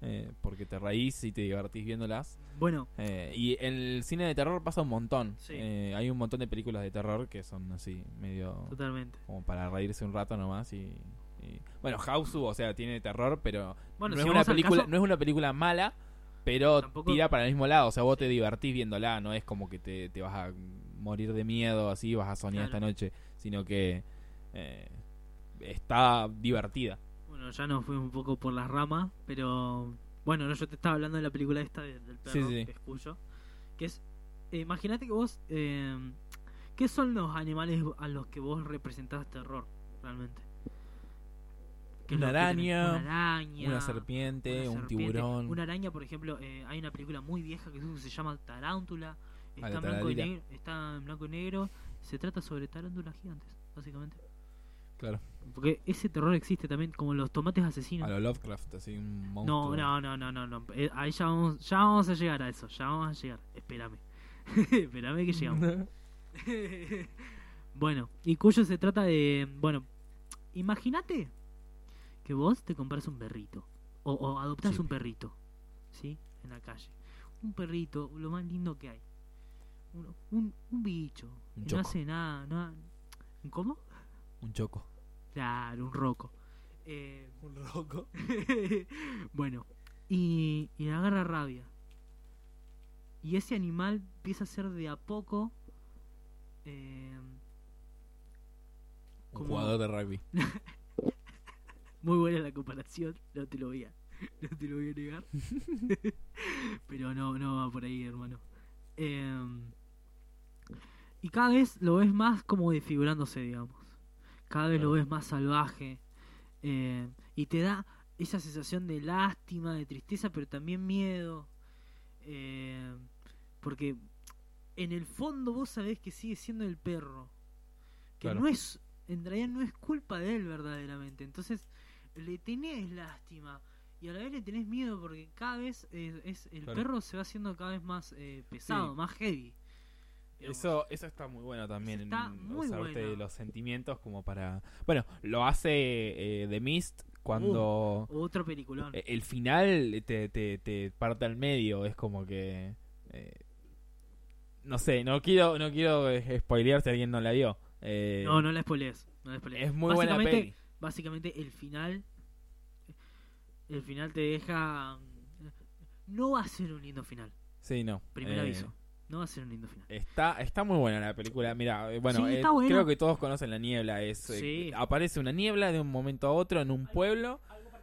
eh, porque te reís y te divertís viéndolas.
Bueno,
Eh, y en el cine de terror pasa un montón.
Sí.
Eh, hay un montón de películas de terror que son así, medio
totalmente.
como para reírse un rato nomás y, y y- bueno, Houseu, o sea, tiene terror, pero
Bueno,
no,
si
es una
vamos al
película,
caso-
no es una película mala, pero
Tampoco-
tira para el mismo lado. O sea, vos te divertís viéndola, no es como que te, te vas a morir de miedo, así vas a soñar
Claro.
esta noche, sino que eh, está divertida.
Bueno, ya nos fuimos un poco por las ramas, pero bueno, no, yo te estaba hablando de la película esta de- del perro
Sí, sí.
que es Cuyo, que es, eh, imagínate que vos, eh, ¿qué son los animales a los que vos representás terror realmente? ¿Qué es
Una
lo que tenés?
araña,
una araña,
Una serpiente,
una
un
serpiente,
tiburón.
Una araña, por ejemplo, eh, hay una película muy vieja que se llama Tarántula. Está,
Ah, la
en blanco y
tarantila.
negro, está en blanco y negro. Se trata sobre tarántulas gigantes, básicamente.
Claro,
Porque ese terror existe también, como los tomates asesinos.
a lo Lovecraft, así un
No,
monstruo. *laughs*
no, no, no, no, no. Eh, ahí ya vamos, ya vamos a llegar a eso, ya vamos a llegar. Espérame. *laughs* Espérame que llegamos. *laughs* bueno, y cuyo se trata de, bueno, imagínate que vos te compras un perrito o, o adoptás
Sí.
un perrito, ¿sí? En la calle. Un perrito, lo más lindo que hay. Un, un, un bicho,
Un
que no
choco.
hace nada, no ha- ¿Cómo?
un choco.
Claro, un roco. Eh,
*laughs* Un roco.
*laughs* bueno, y, y le agarra rabia. Y ese animal empieza a ser de a poco. eh,
Un
Como-
jugador de rugby.
muy buena la comparación, no te lo voy a, *laughs* no te lo voy a negar. *laughs* Pero no, no va por ahí, hermano. Eh, y cada vez lo ves más como desfigurándose, digamos. Cada vez lo
Claro.
ves más salvaje. eh, y te da esa sensación de lástima, de tristeza, pero también miedo. Eh, porque en el fondo vos sabés que sigue siendo el perro. Que
Claro.
no es, en realidad no es culpa de él verdaderamente. Entonces le tenés lástima y a la vez le tenés miedo porque cada vez eh, es, el
Claro.
perro se va haciendo cada vez más eh, pesado,
Sí.
más heavy. digamos.
Eso, eso está muy bueno también,
Eso está
en
muy
usarte
bueno.
los sentimientos como para... Bueno, lo hace eh, The Mist cuando
Otro peliculón.
eh, el final te, te, te parte al medio, es como que... eh, no sé, no quiero, no quiero eh, spoilear si alguien no la vio. Eh,
no, no la spoilees. No la spoilees.
Es muy buena
Básicamente,
peli.
básicamente el final el final te deja no va a ser un lindo final
Sí, no.
primer
eh,
aviso no va a ser un lindo final
Está, está muy buena la película. Mira, eh, bueno,
Sí,
eh,
está buena.
creo que todos conocen la niebla. Es, eh,
Sí.
aparece una niebla de un momento a otro en un pueblo,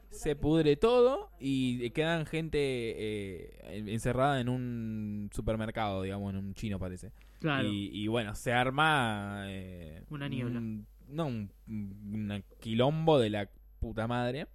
se pudre todo y quedan gente eh, en- encerrada en un supermercado, digamos, en un chino parece.
claro
Y, y bueno, se arma... eh,
Una niebla.
un- no, un, un quilombo de la puta madre.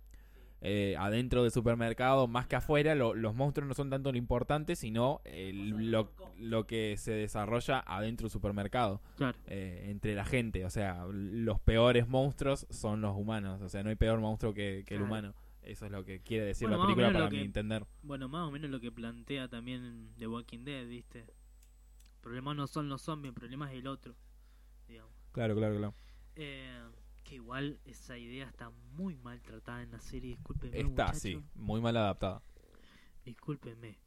Eh, adentro del supermercado, más que afuera, lo- los monstruos no son tanto lo importante, sino el- lo, lo que se desarrolla adentro del supermercado,
claro
eh, entre la gente. O sea, los peores monstruos son los humanos. O sea, no hay peor monstruo que, que el
Claro.
humano. Eso es lo que quiere decir
Bueno,
la
más o
película
menos
para
lo
mi
que-
entender.
bueno más o menos lo que plantea también The Walking Dead viste el problema no son los zombies el problema es el otro digamos
Claro, claro, claro.
Eh, que igual esa idea está muy maltratada en la serie discúlpenme
Está,
muchachos.
sí, muy mal adaptada.
Discúlpenme.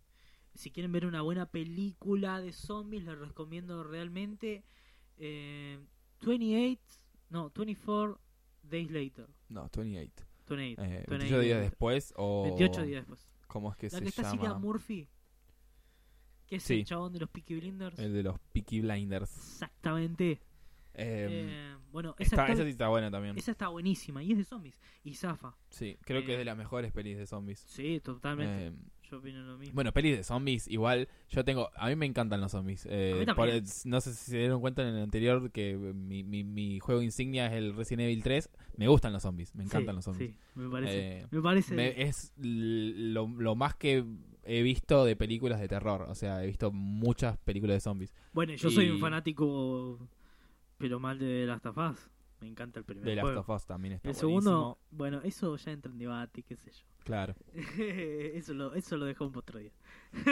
Si quieren ver una buena película de zombies, les recomiendo realmente eh, 28, no, 24 Days Later.
No, 28.
28,
Eh,
28
28 días
later.
después o...
28 días después.
¿Cómo es que
La
se
que está
llama?
Cillian Murphy, que es
Sí.
el chabón de los Peaky Blinders.
El de los Peaky Blinders.
Exactamente.
Eh,
Eh, bueno, esa
está,
está,
esa sí está buena también.
esa está buenísima y es de zombies. Y Zafa.
Sí, creo que
eh,
es de las mejores pelis de zombies.
Sí, totalmente.
Eh,
Yo opino lo mismo.
bueno, pelis de zombies, igual yo tengo... A mí me encantan los zombies. Eh,
A mí también.
por- eh, no sé si se dieron cuenta en el anterior que mi, mi- mi juego insignia es el Resident Evil 3. Me gustan los zombies, me encantan
Sí,
los zombies.
sí, me parece.
Eh,
me parece.
Me- es l- lo, lo más que he visto de películas de terror. O sea, he visto muchas películas de zombies.
Bueno, yo soy
Y-
un fanático, pero mal de Last of Us. Me encanta el primer
De Last
juego.
of Us también está
El
buenísimo.
segundo, bueno, eso ya entra en debate, qué sé yo. *laughs*
Claro.
eso lo, eso lo dejamos para
*laughs*
otro día.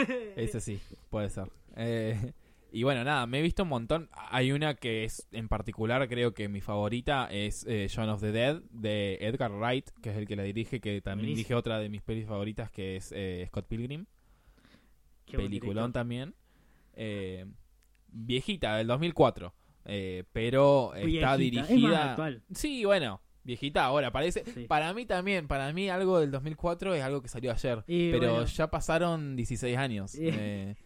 Eh,
Ese sí, puede ser. Eh, y bueno, nada, me he visto un montón. Hay una que es en particular, creo que mi favorita, es eh, Shaun of the Dead, de Edgar Wright, que es el que la dirige, que también
Buenísimo.
dirige otra de mis pelis favoritas, que es eh, Scott Pilgrim.
Qué buen
peliculón
director.
también. Eh, viejita, del 2004. eh, pero está
Viejita, es más
dirigida...
actual.
Sí, bueno, viejita ahora, parece.
Sí.
Para mí también, para mí algo del 2004 es algo que salió ayer.
Y
pero
bueno.
ya pasaron 16 años.
Eh.
eh,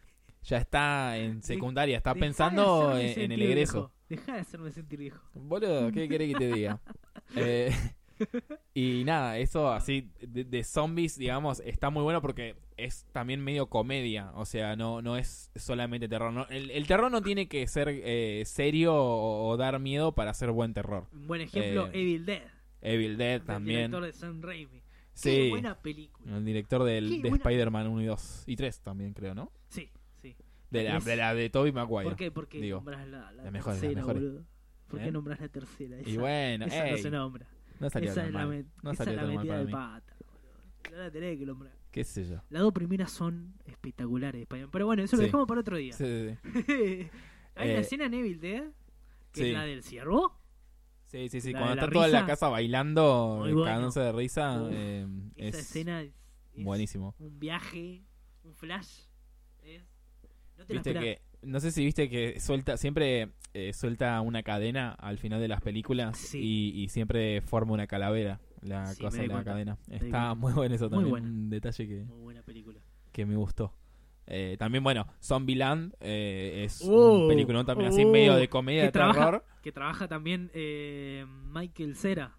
ya está en secundaria, está
Dejá de
pensando
hacerme
en, en el
sentir
egreso.
viejo. Dejá de hacerme sentir viejo.
Boludo, ¿qué querés que te
*laughs*
diga? Eh, y nada, eso así de, de zombies, digamos, está muy bueno porque es también medio comedia. O sea, no, no es solamente terror. no- el, el terror no tiene que ser eh, serio o, o dar miedo para ser buen terror.
Un buen ejemplo,
Eh,
Evil Dead.
Evil Dead
del
también.
director de Sam Raimi. Qué
sí, Mm.
buena película.
el director del,
Qué
de
buena-
Spider-Man 1 y 2 y 3 también, creo, ¿no?
Sí, sí.
De la
Tres.
de, la de Tobey Maguire.
¿Por qué? Porque
digo,
nombrás la, la
la mejor, la
tercera,
mejor.
boludo. ¿Por qué
¿Eh?
nombrás la tercera? Esa,
Y bueno,
*laughs* esa no
ey,
se nombra.
no salió
Esa
tan
es la,
mal.
met-
No
esa
salió
es la
tan mal
metida
para
de
mí.
pata, boludo. No la tenés que nombrar.
¿Qué sé yo?
Las dos primeras son espectaculares de Spider-Man. Pero bueno, eso lo
Sí.
dejamos para otro día.
Sí, sí, sí.
*laughs* Hay una
Eh,
escena en Evil Dead, que
sí.
es la del ciervo.
Sí, sí, sí.
La
Cuando
de la
está toda la
risa.
casa bailando,
Muy
eh,
bueno.
cagándose de risa,
Uf,
eh,
Esa
es
escena es, es
buenísimo.
un viaje, un flash. Es- No te la
Viste
esperás.
que, no sé si viste que suelta, siempre eh, suelta una cadena al final de las películas
Sí.
y, y siempre forma una calavera. La
Sí,
cosa
me di
de la
cuenta,
cadena.
di
Está
cuenta.
muy bueno eso
Muy
también.
buena.
Un detalle que,
Muy buena película.
que me gustó. Eh, también, bueno, Zombieland eh, es
Oh,
un peliculón también así,
oh,
medio de comedia,
que
de
trabaja-
terror.
Que trabaja también eh, Michael Cera.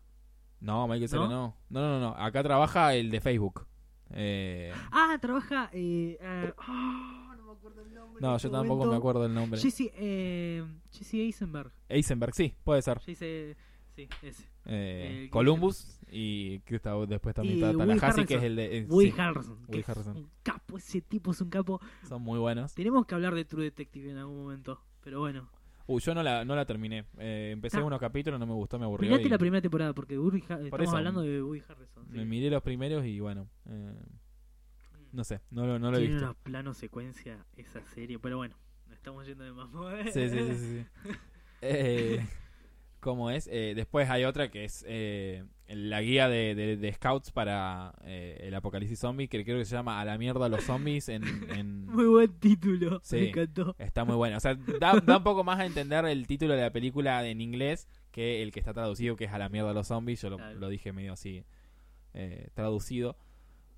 No, Michael Cera
¿No?
no. No, no, no. Acá trabaja el de Facebook. Eh,
Ah, trabaja. Eh, eh, ah, no me acuerdo el nombre. en
no,
este
yo tampoco me
momento.
acuerdo el nombre.
Jesse, eh, Jesse Eisenberg.
Eisenberg, sí, puede ser.
Jesse, sí, ese.
Eh,
El-
Columbus y que está- después también
Y
está
Woody
Tallahassee, que
Harrelson.
es el de. eh,
Woody
sí,
Harrelson. que
Woody
es
Harrelson.
Un capo, ese tipo es un capo.
son muy buenos.
Tenemos que hablar de True Detective en algún momento. Pero bueno.
Uh, yo no la, no la terminé. Eh, empecé
Ta-
unos capítulos, no me gustó, me aburrió.
Mirate
y
Ah. la primera temporada porque Woody Har- estamos
eso,
hablando de Woody Harrelson. sí.
me miré los primeros y bueno. eh, no sé, no lo, no lo he
Tiene
visto.
unos planos secuencia esa serie. Pero bueno, nos estamos yendo de ¿eh? mamón.
Sí, sí, sí. sí, sí. Eh, ¿Cómo es? Eh, después hay otra que es eh, la guía de, de- de scouts para eh, el apocalipsis zombie, que creo que se llama A la mierda los zombies en-
*laughs* *laughs*
en,
Muy buen título. Me
Sí.
encantó.
Está muy bueno. O sea, da, da un poco más a entender el título de la película en inglés que el que está traducido, que es A la mierda los zombies. Yo lo,
Claro.
lo dije medio así eh, traducido.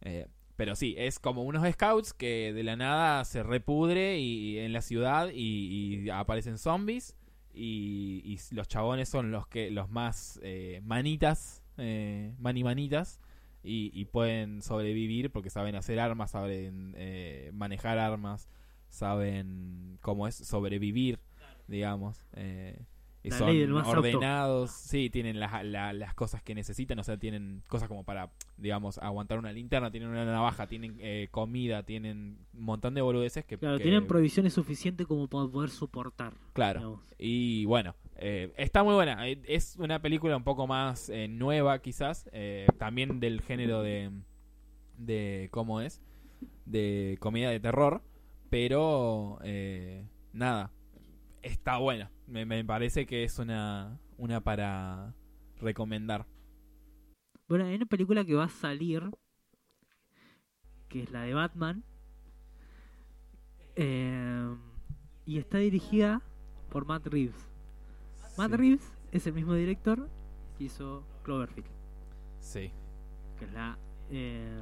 Eh, pero sí, es como unos scouts que de la nada se repudre y, y en la ciudad y, y aparecen zombies. Y, y los chabones son los que los más eh, manitas, eh, mani manitas. Y, y pueden sobrevivir porque saben hacer armas, saben eh, manejar armas saben cómo es sobrevivir, digamos. eh, y
La
son
ley del más apto.
ordenados, sí, tienen las, la- las cosas que necesitan, o sea, tienen cosas como para, digamos, aguantar una linterna, tienen una navaja, tienen eh, comida, tienen un montón de boludeces que...
Claro,
que-
tienen provisiones suficientes como para poder soportar.
Claro.
digamos.
Y bueno, eh, está muy buena. Eh, Es una película un poco más eh, nueva, quizás. eh, también del género de. de ¿Cómo es? De comedia de terror. Pero. eh, nada. Está buena. Me, me parece que es una. Una para recomendar.
Bueno, hay una película que va a salir, que es la de Batman, eh, y está dirigida por Matt Reeves. Matt
Sí.
Reeves es el mismo director que hizo Cloverfield,
Sí.
que es la... eh,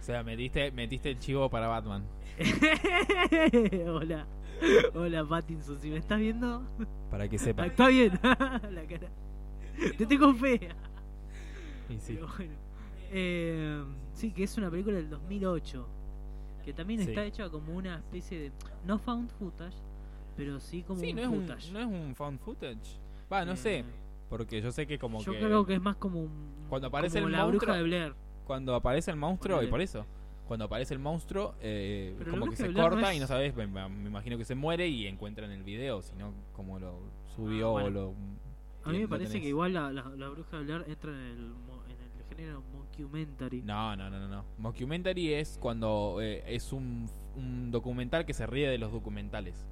O sea, metiste, metiste el chivo para Batman.
*laughs* hola, hola Pattinson, si me estás viendo,
Para que sepa.
actúa bien *laughs* la cara. Te tengo fe.
Y sí.
Pero bueno. Eh, sí, que es una película del 2008. Que también
Sí.
está hecha como una especie de. No found footage, pero sí como
Sí,
un
no es un,
footage.
no es un found footage. Va, no
Eh,
sé. Porque yo sé que como
Yo
que.
creo que es más como un.
Cuando aparece
como
el
la bruja
monstruo-
de Blair.
cuando aparece el monstruo,
Ponele.
y por eso, cuando aparece el monstruo, eh,
Pero la
como
bruja
que
de
se
Blair no
corta
es-
y no sabes, me, me imagino que se muere y encuentran el video, sino como lo subió
Ah, bueno.
o lo...
A mí me
lo
parece
tenés.
que igual la, la- la bruja de Blair entra en el, mo- en el género mockumentary.
No, no, no, no, no. Mockumentary es cuando eh, es un, un documental que se ríe de los documentales.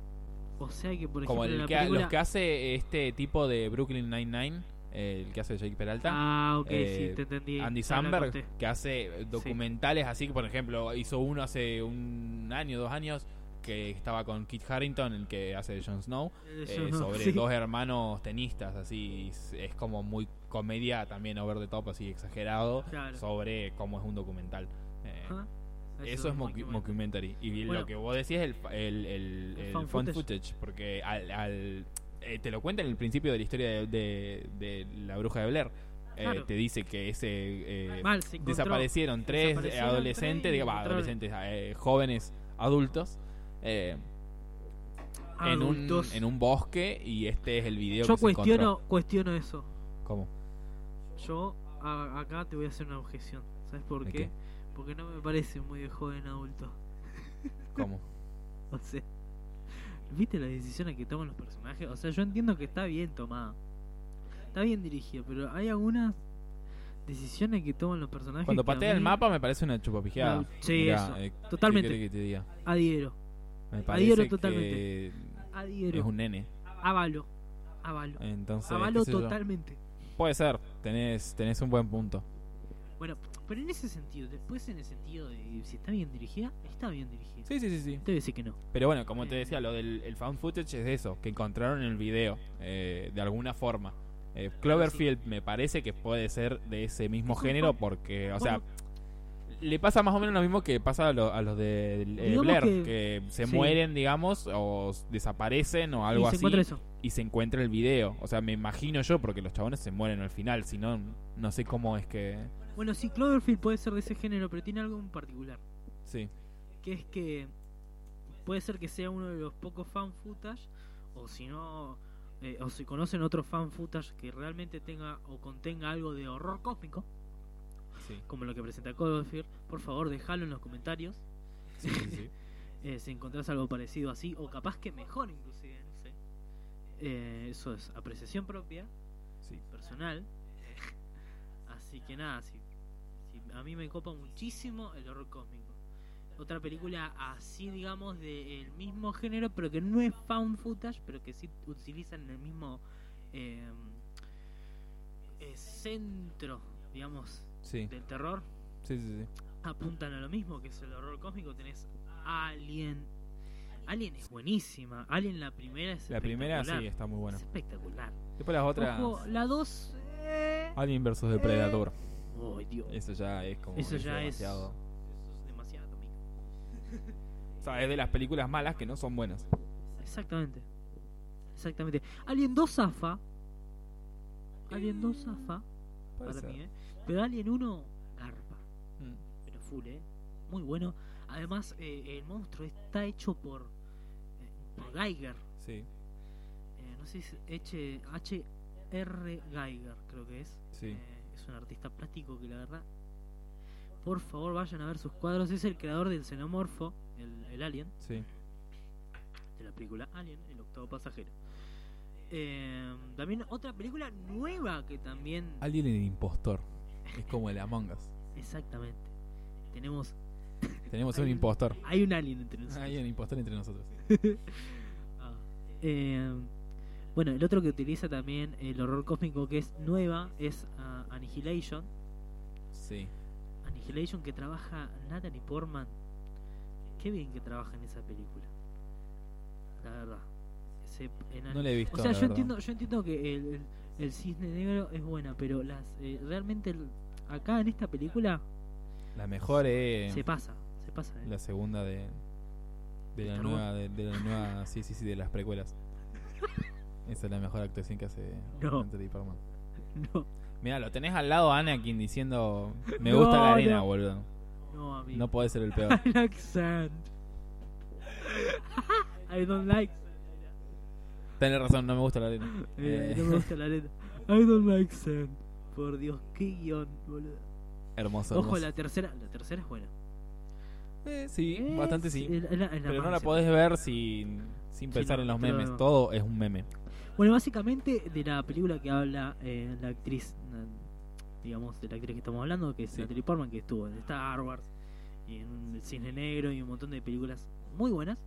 O sea que, por
como
ejemplo, en
el
la
que, ha-
película.
los que hace este tipo de Brooklyn Nine-Nine, eh, el que hace Jake Peralta.
Ah, ok,
eh,
sí, te entendí.
Andy
Ya la
Samberg, eh,
corté.
que hace documentales así, que por ejemplo hizo uno hace un año, dos años, que estaba con Kit Harrington, el que hace de Jon Snow,
Eh,
eh,
yo no-
sobre
*laughs* sí.
dos hermanos tenistas, así es- es como muy comedia también over the top, así exagerado,
Claro. Ah,
sobre cómo es un documental. Eh,
Ajá.
Eso es mocu-
Monkey Man.
mockumentary. Y
Bueno.
lo que vos decís es el, fa- el, el,
El
el
found
found
footage.
footage. porque al, al- eh, te lo cuenta en el principio de la historia de, de- de la bruja de Blair. Eh,
Claro.
Te dice que ese eh,
Mal, se encontró-
desaparecieron tres
desaparecieron
adolescentes,
tres y
diga, bah,
encontraron-
adolescentes, eh, jóvenes adultos. eh, en, un,
adultos.
en un bosque y este es el video
Yo
que se encontró.
cuestiono, cuestiono eso.
¿Cómo?
Yo a- acá te voy a hacer una objeción. ¿Sabes por
¿De
qué?
qué?
Porque no me parece muy de joven adulto. *laughs*
¿Cómo?
O sea, ¿viste las decisiones que toman los personajes? O sea, yo entiendo que está bien tomada. Está bien dirigida, pero hay algunas decisiones que toman los personajes.
Cuando
que a
patea el
mí-
mapa me parece una chupapijeada.
No, sí, eso.
eh, ¿qué
Totalmente.
querés que te diga?
Adhiero.
Me
Adhiero
parece
totalmente.
que
Adhiero.
Es un nene.
Avalo. Avalo.
Entonces,
Avalo
qué sé yo.
totalmente.
Puede ser, tenés, tenés un buen punto.
Bueno, pero en ese sentido, después en el sentido de si está bien dirigida, está bien dirigida.
Sí, sí, sí, sí.
No Te voy a decir que no.
Pero bueno, como
Eh.
te decía, lo del el found footage es eso, que encontraron el video, eh, de alguna forma. Eh, Cloverfield me parece que puede ser de ese mismo
Es un
género
fa-
porque, o
Bueno,
sea, le pasa más o menos lo mismo que pasa a, lo- a los de eh,
Digamos
Blair,
que-
que, se
sí.
mueren, digamos, o s- desaparecen o algo
y se
así.
encuentra eso.
y se encuentra el video. O sea, me imagino yo, porque los chabones se mueren al final, si no, no sé cómo es que...
Bueno, sí, Cloverfield puede ser de ese género, pero tiene algo en particular.
Sí,
Que es que puede ser que sea uno de los pocos fan footage, o si no, eh, o si conocen otro fan footage que realmente tenga o contenga algo de horror cósmico,
sí,
como lo que presenta Cloverfield, por favor, dejalo en los comentarios.
sí, sí, sí.
eh, si encontrás algo parecido así, o capaz que mejor inclusive, no sé. Eh, eso es apreciación propia,
sí.
personal. *laughs* Así que nada, sí, sí, a mí me copa muchísimo el horror cósmico. Otra película así, digamos, del mismo género, pero que no es found footage, pero que sí utilizan el mismo eh, eh, centro, digamos, *laughs*
Sí,
del terror.
sí, sí, sí.
apuntan a lo mismo, que es el horror cósmico. Tenés Alien. Alien es buenísima. Alien la primera es
La primera sí
espectacular.
está muy buena.
Es espectacular.
Después las otras.
Ojo, la dos... eh,
Alien versus Depredador.
oh, Dios.
Eso ya Ah. es como.
Eso ya es-
demasiado.
Eso es demasiado, amigo.
O sea, es de las películas malas que no son buenas.
Exactamente. Exactamente. Alien 2 zafa. Alien 2 zafa.
Puede
Para
ser.
mí, ¿eh? Pero Alien 1 garpa.
Mm.
pero full, ¿eh? Muy bueno. Además, eh, el monstruo está hecho por, eh, por Geiger.
Sí,
Eh, no sé si es H- H.R. Geiger, creo que es.
sí.
Eh, es un artista plástico que la verdad. Por favor, vayan a ver sus cuadros. Es el creador del xenomorfo, el, el alien,
Sí,
de la película Alien, el octavo pasajero. Eh, también otra película nueva que también.
Alien el impostor. Es como el Among Us.
Exactamente. Tenemos.
Tenemos un
Alien.
impostor.
Hay un alien entre nosotros. Ah.
Hay un impostor entre nosotros.
Eh, bueno, el otro que utiliza también el horror cósmico que es nueva es ah, Annihilation.
Sí.
Annihilation que trabaja Natalie Portman. Qué bien que trabaja en esa película. La verdad. Ese- en
No le he visto.
o sea,
la
yo
verdad.
entiendo, yo entiendo que el, el- el cisne negro es buena, pero las eh, realmente el- acá en esta película
La mejor es
se pasa, se pasa. eh.
la segunda de. De la
Star
nueva. De, de la nueva. Sí, sí, sí, de las
*laughs*
precuelas. Esa es la mejor actuación que hace
No.
Natalie Portman.
No,
Mira, lo tenés al lado a Anakin diciendo, me
No,
gusta la arena,
no.
boludo.
no, amigo. *laughs*
No podés ser el peor.
I like sand. *laughs* I don't like
Tenés razón, no me gusta la arena.
*laughs* Eh,
Eh,
no me gusta la letra. I don't like sand. Por Dios, qué guión, boludo.
*laughs* hermoso.
Ojo,
hermoso.
la tercera, la tercera es buena.
Eh, sí, bastante sí.
Es- es la- es la
Pero no
más
la
reciente.
podés ver sin, sin pensar
no,
en los
pero-
memes. Todo es un meme.
Bueno, básicamente de la película que habla eh, la actriz, eh, digamos, de la actriz que estamos hablando, que es
Sí.
Natalie Portman, que estuvo en Star Wars, y en El Cisne Negro, y un montón de películas muy buenas.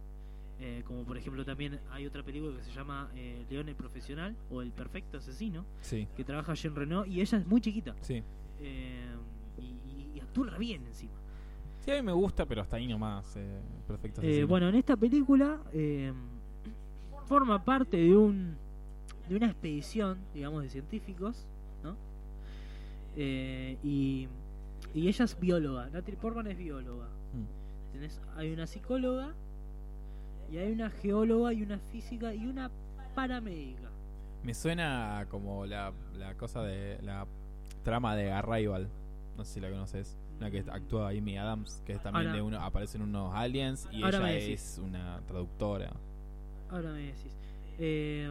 Eh, como por ejemplo también hay otra película que se llama eh, León el Profesional o El Perfecto Asesino,
Sí,
que trabaja Jean Renault y ella es muy chiquita.
sí.
Eh, y, y- y actúa re bien encima.
Sí, a mí me gusta, pero hasta ahí nomás. eh, perfecto.
Eh,
Asesino.
bueno, en esta película eh, forma parte de un de una expedición, digamos, de científicos, ¿no? Eh, y, y ella es bióloga, Natalie Portman es bióloga.
Mm.
Tenés- hay una psicóloga, y hay una geóloga, y una física, y una paramédica.
Me suena como la, la cosa de la trama de Arrival. No sé si la conoces. La que actúa Amy Adams, que es también
Mm. Ahora-
de uno, aparecen unos aliens y
Ahora
ella
me decís.
es una traductora.
Ahora me decís. Eh,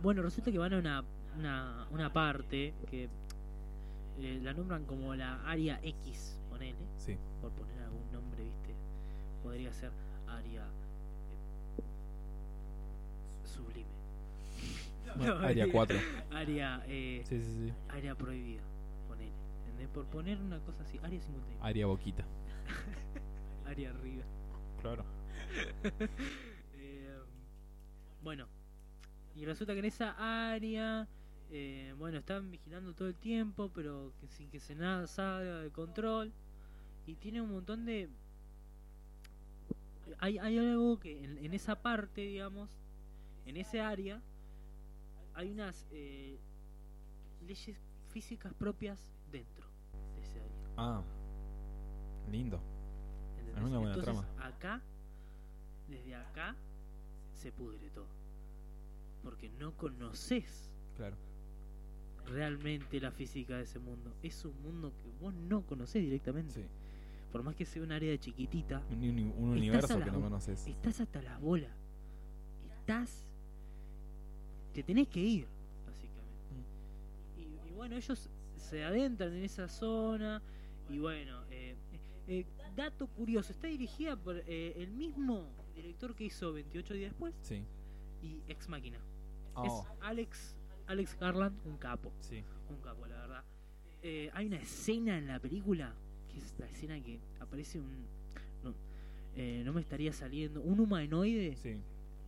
bueno, resulta que van a una, una, una parte que eh, la nombran como la área X, ponele,
Sí.
por poner algún nombre, ¿viste? Podría ser área eh, sublime,
*laughs* Bueno,
No, *laughs*
área
mentira.
4.
área eh,
Sí, sí, sí.
área prohibida, ponele. ¿entendés? Por poner una cosa así, área 51,
Área Boquita.
área arriba.
Claro.
Eh, bueno, y resulta que en esa área, eh, bueno, están vigilando todo el tiempo, pero que sin que se nada salga de control. Y tiene un montón de... Hay, hay algo que en, en esa parte, digamos, en ese área, hay unas eh, leyes físicas propias dentro de ese área.
Ah. Lindo.
¿entendés?
Es una buena
Entonces, acá, desde acá, se pudre todo. Porque no conoces
Claro.
realmente la física de ese mundo. Es un mundo que vos no conocés directamente.
Sí.
Por más que sea un área chiquitita,
Un, uni- un
Estás a
universo
la
que no
u-
conoces.
estás hasta las bolas. Estás. Te tenés que ir, básicamente. Y, y bueno, ellos se adentran en esa zona. Y bueno, eh, eh, dato curioso: está dirigida por eh, el mismo director que hizo 28 días después
Sí.
y Ex Máquina.
Oh,
Es Alex, Alex Garland, un capo.
sí.
Un capo, la verdad. Eh, hay una escena en la película, que es la escena que aparece un... No, eh, no me estaría saliendo. Un humanoide
Sí.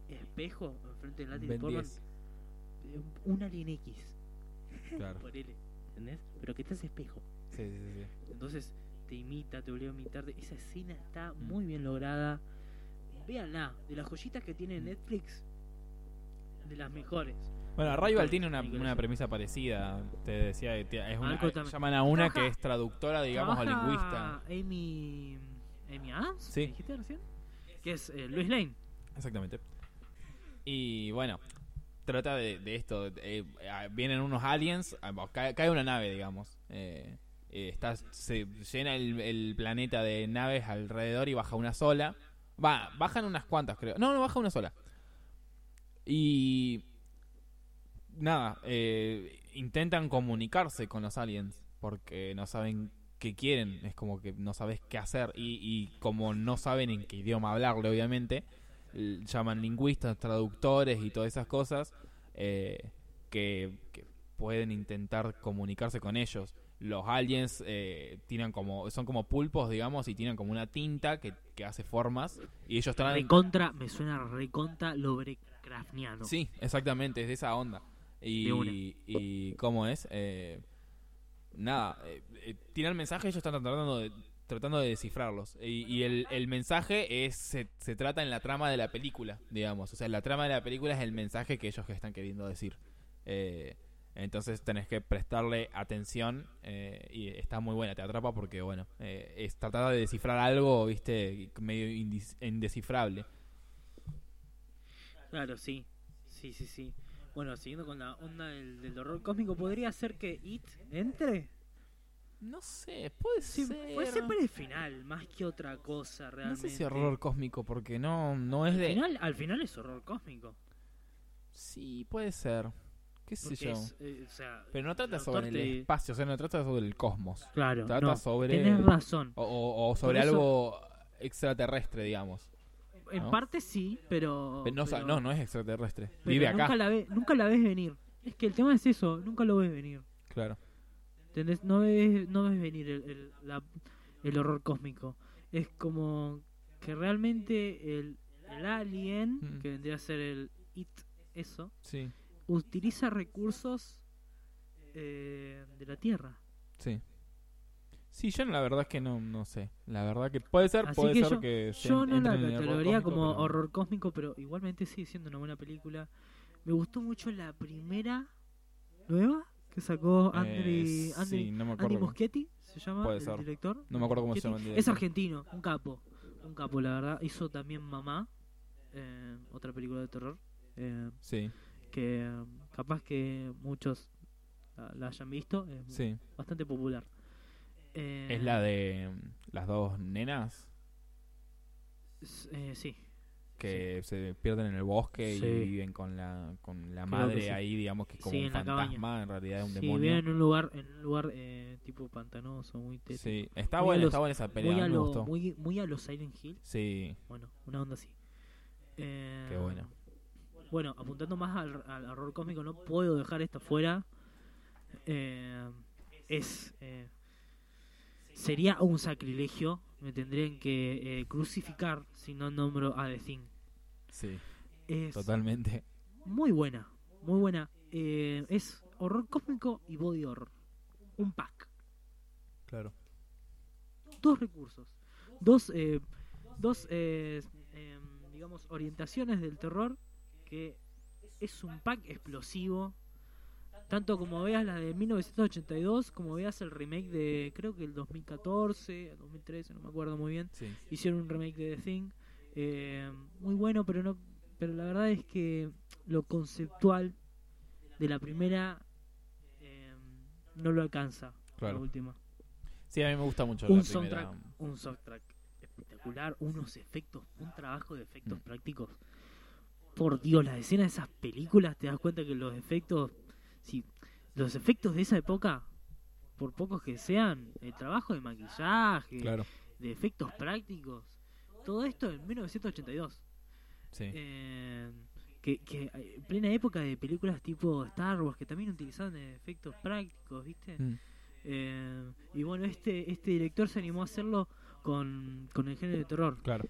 espejo enfrente del Natalie
Ben
Portman.
10.
Eh, Un alien X,
Claro.
ponele. ¿Entendés? Pero que estás espejo.
Sí, sí,
*laughs*
sí.
Entonces te imita, te obliga a imitarte. Esa escena está
Mm.
muy bien lograda. Véanla, de las joyitas que
Mm.
tiene Netflix, de las mejores.
Bueno, Arrival tiene una,
Nicolás.
una premisa parecida. Te decía, que te- es una,
Marco también. Ah.
llaman a una
Trabaja-
que es traductora, digamos, o
Trabaja
lingüista.
Amy. Amy Adams,
Sí.
¿me dijiste recién? Que es eh, Luis Lane.
Exactamente. Y bueno, trata de, de esto. de- eh, eh, vienen unos aliens, ah, bueno, cae, cae una nave, digamos. Eh, eh, está, se llena el, el planeta de naves alrededor y baja una sola. Va, bajan unas cuantas, creo. No, no, baja una sola. Y... Nada, eh, intentan comunicarse con los aliens porque no saben qué quieren, es como que no sabes qué hacer y, y como no saben en qué idioma hablarle, obviamente, l- llaman lingüistas, traductores y todas esas cosas eh, que, que pueden intentar comunicarse con ellos. Los aliens eh, tiran como son como pulpos, digamos, y tienen como una tinta que, que hace formas y ellos traen
Recontra, me suena recontra Lovecraftiano.
Sí, exactamente, es de esa onda.
De una.
Y, y cómo es, Eh, nada, eh, eh, tiran mensajes y ellos están tratando de, tratando de descifrarlos. Y, y el, el mensaje es, se, se trata en la trama de la película, digamos. O sea, la trama de la película es el mensaje que ellos están queriendo decir. Eh, entonces tenés que prestarle atención eh, y está muy buena, te atrapa porque, bueno, eh, es tratar de descifrar algo, viste, medio indis- indescifrable.
Claro, sí. Sí, sí, sí. Bueno, siguiendo con la onda del, del horror cósmico, ¿podría ser que It entre?
No sé, puede
Sí,
ser.
puede ser para el final, más que otra cosa
No
realmente.
sé si horror cósmico, porque no, no es
Al
de.
final, al final es horror cósmico.
Sí, puede ser. ¿Qué sé
Porque
yo?
es, eh, o sea,
Pero no trata
el autor
sobre el
te-
espacio, o sea, no trata sobre el cosmos.
Claro,
Trata
no,
sobre.
tenés razón.
O, o- o sobre
eso-
algo extraterrestre, digamos.
En
¿no?
parte sí, pero...
Pero no, o sea,
pero-
no, no es extraterrestre.
pero
Vive
nunca
acá.
La ve- nunca la ves venir. Es que el tema es eso, nunca lo ves venir.
Claro.
¿Entendés? No ves, no ves venir el, el- la- el horror cósmico. Es como que realmente el, el alien,
Mm.
que vendría a ser el IT, eso,
Sí,
utiliza recursos eh, de la Tierra.
sí. Sí, yo no- la verdad es que no, no sé. La verdad que puede ser,
Así
puede
que
ser
yo-
que se
Yo no
entren
la
en el horror
catalogaría
cósmico,
como
pero-
horror cósmico, pero igualmente sigue siendo una buena película. Me gustó mucho la primera nueva que sacó
Eh,
Andri,
sí,
Andri-
no me
Andy
acuerdo. cómo-
Muschietti, se llama
Puede
el
ser.
director.
No me acuerdo cómo
Muschietti.
se llama el
Es
director.
argentino, un capo. Un capo, la verdad. Hizo también Mamá, eh, otra película de terror. eh,
Sí,
que eh, capaz que muchos la, la hayan visto. Es
sí.
bastante popular. Eh,
Es la de mm, las dos nenas
s- eh, sí.
que se pierden en el bosque
Sí.
y viven con la, con la
Creo que
madre
sí.
ahí, digamos que es como
Sí,
un
en la cabaña.
fantasma, en realidad es un
Sí,
demonio.
viven en un lugar, en un lugar eh, tipo pantanoso, muy tétrico.
Sí, está
este, Muy a
buena,
los-
está buena esa pelea,
muy,
a
a
mí me
lo,
gustó.
muy, muy a los Silent Hill.
Sí,
Bueno, una onda así. Eh,
qué bueno.
Bueno, apuntando más al, al horror cósmico, no puedo dejar esta fuera. Eh, es. eh, sería un sacrilegio. Me tendrían que eh, crucificar si no nombro a The Thing.
Sí,
Es
totalmente.
muy buena, muy buena. Eh, es horror cósmico y body horror. Un pack.
Claro.
dos recursos, dos, eh, dos eh, eh, digamos, orientaciones del terror que es un pack explosivo. Tanto como veas la de 1982, como veas el remake de, creo que el 2014, el 2013, no me acuerdo muy bien.
Sí.
Hicieron un remake de The Thing. eh, muy bueno, pero no pero la verdad es que lo conceptual de la primera eh, no lo alcanza. La
Claro.
última
Sí, a mí me gusta mucho la
un
primera.
soundtrack, un soundtrack espectacular, unos efectos, un trabajo de efectos
Mm.
prácticos. Por Dios, las escenas de esas películas, te das cuenta que los efectos, sí, los efectos de esa época, por pocos que sean, el trabajo de maquillaje,
Claro,
de efectos prácticos, todo esto en 1982.
sí.
Eh, que, que en plena época de películas tipo Star Wars, que también utilizaban efectos prácticos, ¿viste?
Mm.
Eh, y bueno, este, este director se animó a hacerlo con, con el género de terror.
Claro,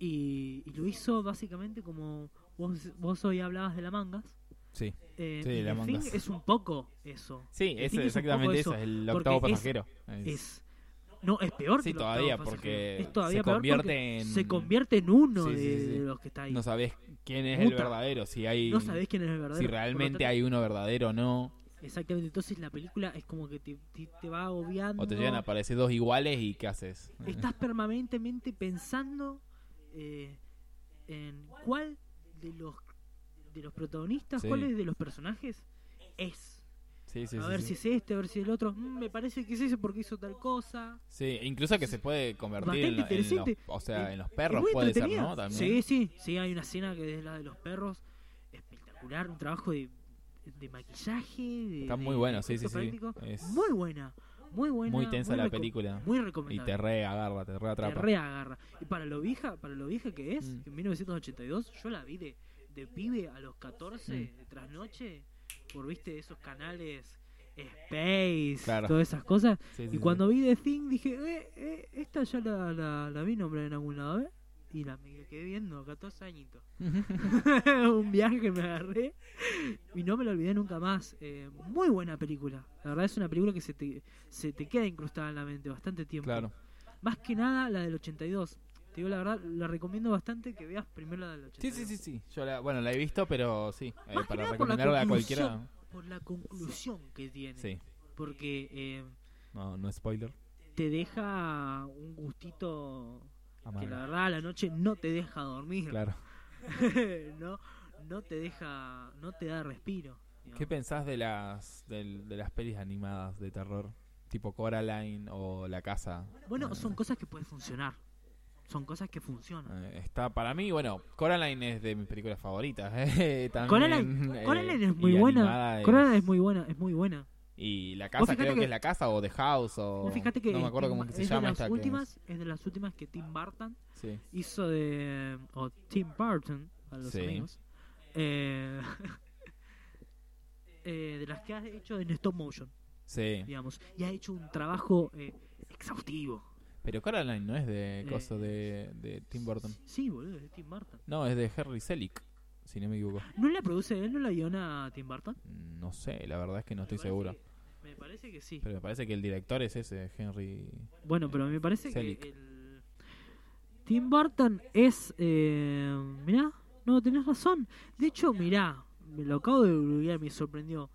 Y, y lo hizo básicamente como vos, vos hoy hablabas de la mangas.
sí.
Eh,
Sí,
y
la
The Thing
mangas.
es un poco eso.
Sí,
The
es
Thing es un
exactamente
poco
eso,
eso,
es el
porque
octavo
es-
pasajero. Es-
Es, no, es peor
sí,
que el
todavía,
octavo
porque
pasajero. Es todavía
se
peor
convierte
porque
en-
se convierte en uno
Sí,
de,
sí, sí.
de los que está ahí.
No sabés quién es el
Muta.
verdadero, si hay
No sabés quién es el verdadero.
si
Por lo
realmente
tanto-
hay uno verdadero o no,
Exactamente, entonces la película es como que te, te- te va agobiando.
o te llegan a aparecer dos iguales y ¿qué haces?
Estás permanentemente pensando eh, en cuál de los de los protagonistas,
Sí.
cuál es de los personajes es.
Sí, sí,
a
sí,
ver
sí.
si es este, a ver si es el otro. Mm, me parece que es ese porque hizo tal cosa.
Sí, incluso que se puede convertir en,
Bastante
en los,
interesante.
o sea,
Eh,
en los
Es
perros
muy
puede ser,
entretenida.
¿no? También.
Sí, sí, sí, hay una escena que es la de los perros. Espectacular, un trabajo de, de maquillaje. de-
Está
de-
muy bueno,
de
sí, sí,
efectos
sí.
prácticos.
Es
Muy buena, muy buena.
muy tensa la
reco-
película.
Muy
Y
recomendable.
te re agarra, te re
te
atrapa.
reagarra. Y para lo vieja, para lo vieja que es,
Mm.
que en 1982 yo la vi de, de pibe a los 14
Mm.
de trasnoche por viste esos canales Space,
Claro.
todas esas cosas.
Sí, sí,
Y
sí.
cuando vi The Thing dije, eh, eh, esta ya la, la, la vi nombrar en algún lado, ¿eh? Y la me quedé viendo, 14
*laughs*
añitos. *laughs* un viaje que me agarré y no me lo olvidé nunca más. Eh, muy buena película. La verdad es una película que se te, se te queda incrustada en la mente bastante tiempo.
Claro.
Más que nada la del 82. Te digo la verdad, la recomiendo bastante que veas primero la del
Sí,
82.
sí, sí, sí. Yo la, bueno, la he visto, pero sí, eh,
Más que nada
para
por la
recomendarla a
conclusión.
cualquiera.
Por la conclusión que tiene.
Sí,
Porque eh,
no, no spoiler.
te deja un gustito que la
amarga.
verdad a la noche no te deja dormir.
Claro.
*laughs* no, no te deja, no te da respiro. digamos.
¿Qué pensás de las del- de las pelis animadas de terror? Tipo Coraline o La Casa.
Bueno,
Eh,
son cosas que pueden funcionar. Son cosas que funcionan.
eh, está para mí, bueno, Coraline es de mis películas favoritas. *laughs* eh, también,
Coraline,
eh,
Coraline es muy
y
buena.
animada
Coraline es muy buena, es muy buena.
Y La
Vos
Casa,
fijate
creo que,
que-
es La Casa o The House o...
Vos fíjate que
Oh, no me acuerdo
Tim-
cómo que se
es
llama
de
esta.
las
que
últimas, es de las últimas que Tim Burton
es- sí.
hizo de o Tim Burton a los
Sí.
amigos eh, *laughs* eh, de las que ha hecho en stop motion,
sí.
digamos, y ha hecho un trabajo eh, exhaustivo.
Pero Coraline no es de
Eh,
coso de, de Tim Burton.
Sí, boludo, es de Tim Burton.
No, es de Henry Selick, si no me equivoco.
¿No la produce él, no la guiona Tim Burton?
No sé, la verdad es que no
Me
estoy
parece
seguro.
que- Me parece que sí.
Pero me parece que el director es ese, Henry.
Bueno, pero me parece
Selick.
que el... Tim Burton es... Eh... Mirá, no, tenés razón. De hecho, mirá, me lo acabo de googlear, me sorprendió.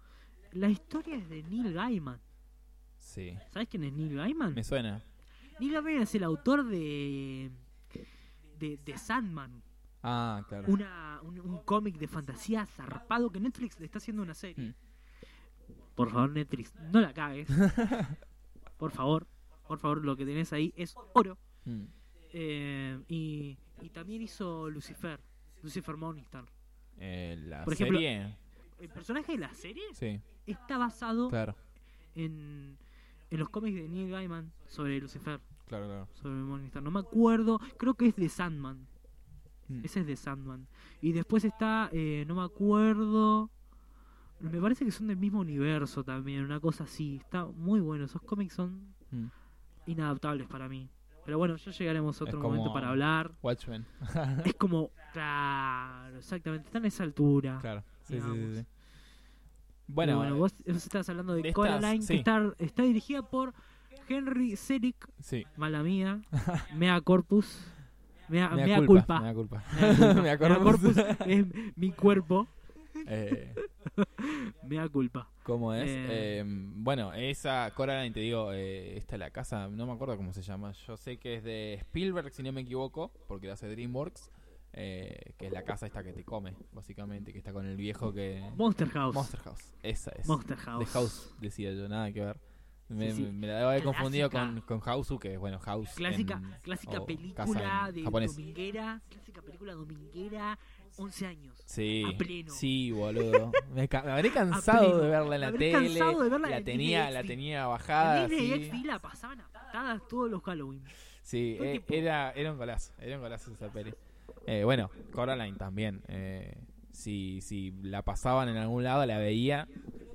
La historia es de Neil Gaiman.
Sí.
¿Sabes quién es Neil Gaiman?
Me suena.
Neil Gaiman es el autor de... De, de Sandman,
Ah, claro.
una, un, un cómic de fantasía zarpado que Netflix le está haciendo una serie.
Mm.
Por favor, Netflix, no la
*laughs*
cagues. por favor, por favor, lo que tenés ahí es oro.
Mm.
Eh, y, y también hizo Lucifer, Lucifer Morningstar.
Eh, la
Por ejemplo-
serie.
El personaje de la serie
Sí,
está basado
claro.
en, en los cómics de Neil Gaiman sobre Lucifer,
Claro, claro.
sobre Morningstar. No me acuerdo, creo que es de Sandman.
Mm.
Ese es de Sandman. Y después está, eh, no me acuerdo. Me parece que son del mismo universo también, una cosa así. Está muy bueno. Esos cómics son
Mm.
inadaptables para mí. Pero bueno, ya llegaremos a
Es
otro
como-
momento
*laughs*
para hablar.
Watchmen.
Es como, claro, exactamente, está en esa altura.
Claro. Sí, sí,
Digamos.
sí, sí.
Bueno,
Bueno,
Ah, bueno,
eh,
vos, vos estabas hablando de,
de estas,
Coraline,
sí.
que está, está dirigida por Henry Selick,
sí.
mala
*laughs*
mía, mea corpus, mea,
Me da
Ah, mea
culpa,
culpa.
*laughs* Me da culpa.
*laughs* Mea culpa. Mea
Mea corpus.
corpus es mi cuerpo,
*laughs* Eh,
mea culpa.
¿Cómo es?
Eh.
Eh, bueno, esa Coraline, te digo, eh, esta la casa, no me acuerdo cómo se llama. Yo sé que es de Spielberg, si no me equivoco, porque la hace DreamWorks, eh, que es la casa esta que te come, básicamente, que está con el viejo que...
Monster House.
Monster House, esa es.
Monster
De
House.
House, decía yo, nada que ver. Me,
Sí, sí.
me- me la debo haber
Clásica.
confundido con, con House, que es, bueno, House.
Clásica,
en-
clásica
o casa
película
en
de
japonés.
dominguera, clásica película dominguera, 11 años.
Sí,
a pleno.
sí, boludo. Me, ca-
*laughs*
me habré
pleno.
cansado de verla en la
Me habré
tele.
cansado de verla
la
en
tenía,
Disney
la
XD.
tenía
En
bajada.
Disney
ah, sí.
XD la pasaban a patadas todos los Halloween.
Sí,
Todo el
eh,
tiempo.
era, era un golazo, era un golazo esa peli. Eh, bueno, Coraline también. eh, si, si la pasaban en algún lado, la veía.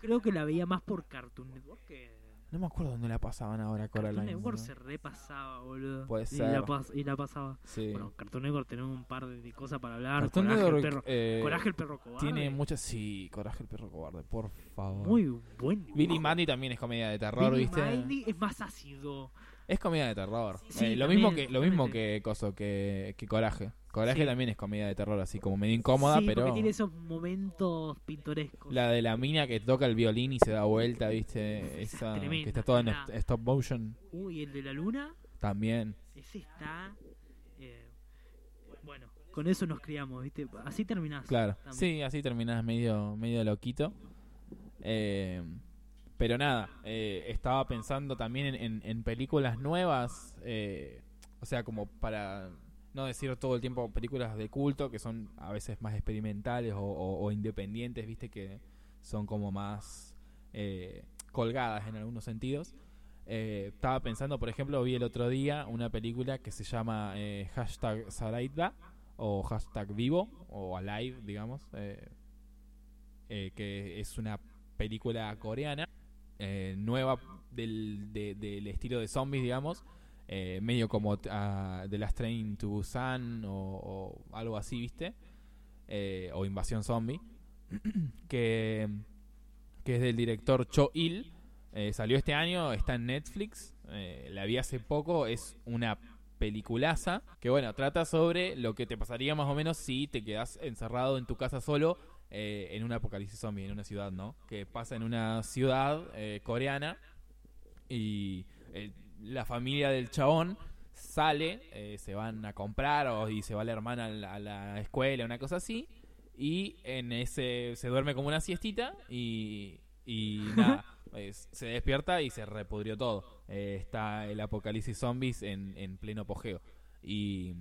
Creo que la veía más por Cartoon Network que...
No me acuerdo dónde la pasaban ahora
Cartoon
Coraline.
Network
boludo.
se repasaba, boludo.
Puede
y
ser.
La pas- y la pasaba.
Sí.
Bueno, Cartoon Network tenemos un par de cosas para hablar.
Cartoon
Coraje,
Network,
el perro,
eh,
Coraje el perro cobarde.
tiene muchas. Sí, Coraje el perro cobarde, por favor.
Muy buen. dibujo.
Billy Mandy también es comedia de terror,
Billy
¿viste?
Mandy es más ácido.
Es comedia de terror.
Sí,
Eh, lo
también,
mismo que lo mismo
totalmente.
que coso que, que coraje. Coraje
Sí.
también es comedia de terror, así como medio incómoda,
sí,
pero
porque tiene esos momentos pintorescos.
la de la mina que toca el violín y se da vuelta, ¿viste?
Esa es
Esa que
tremenda,
está toda en
pará.
est- stop motion
Uy, el de la luna,
también.
ese está. eh, bueno, con eso nos criamos, ¿viste? Así terminás.
Claro.
También.
Sí, así terminás medio medio loquito. Eh, pero nada, eh, estaba pensando también en, en- en películas nuevas, eh, o sea, como para no decir todo el tiempo películas de culto, que son a veces más experimentales o, o- o independientes, viste, que son como más eh, colgadas en algunos sentidos. Eh, estaba pensando, por ejemplo, vi el otro día una película que se llama eh, hashtag Saraida o hashtag vivo o alive, digamos, eh, eh, que es una película coreana eh, nueva del, de- del estilo de zombies, digamos, eh, medio como ah, The Last Train to Busan o, o algo así, ¿viste? Eh, o Invasión Zombie, *clears throat* que, que es del director Cho Il. eh, salió este año, está en Netflix, eh, la vi hace poco, es una peliculaza que bueno, trata sobre lo que te pasaría más o menos si te quedas encerrado en tu casa solo eh, en un apocalipsis zombie, en una ciudad, ¿no? Que pasa en una ciudad eh, coreana y eh, la familia del chabón sale, eh, se van a comprar o, y se va la hermana a la, a la escuela, una cosa así, y en ese se duerme como una siestita y, y nada, eh, se despierta y se repudrió todo. Eh, está el apocalipsis zombies en, en pleno apogeo. Y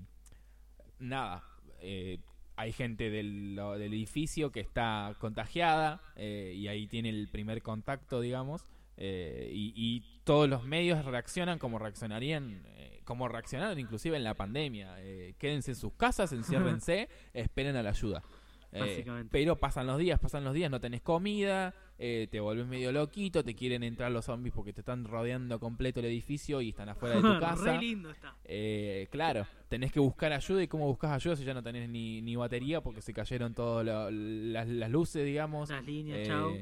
nada, eh, hay gente del, lo- del edificio que está contagiada eh, y ahí tiene el primer contacto, digamos, eh, y, y todos los medios reaccionan como reaccionarían, eh, como reaccionaron inclusive en la pandemia. Eh, quédense en sus casas, enciérrense, esperen a la ayuda. Eh,
Básicamente.
pero pasan los días, pasan los días, no tenés comida, eh, te volvés medio loquito, te quieren entrar los zombies porque te están rodeando completo el edificio y están afuera de tu casa.
*laughs* Re lindo está.
Eh, claro, tenés que buscar ayuda y cómo buscas ayuda si ya no tenés ni, ni batería porque se cayeron todas la- las, las luces, digamos.
Las líneas,
Eh,
chao.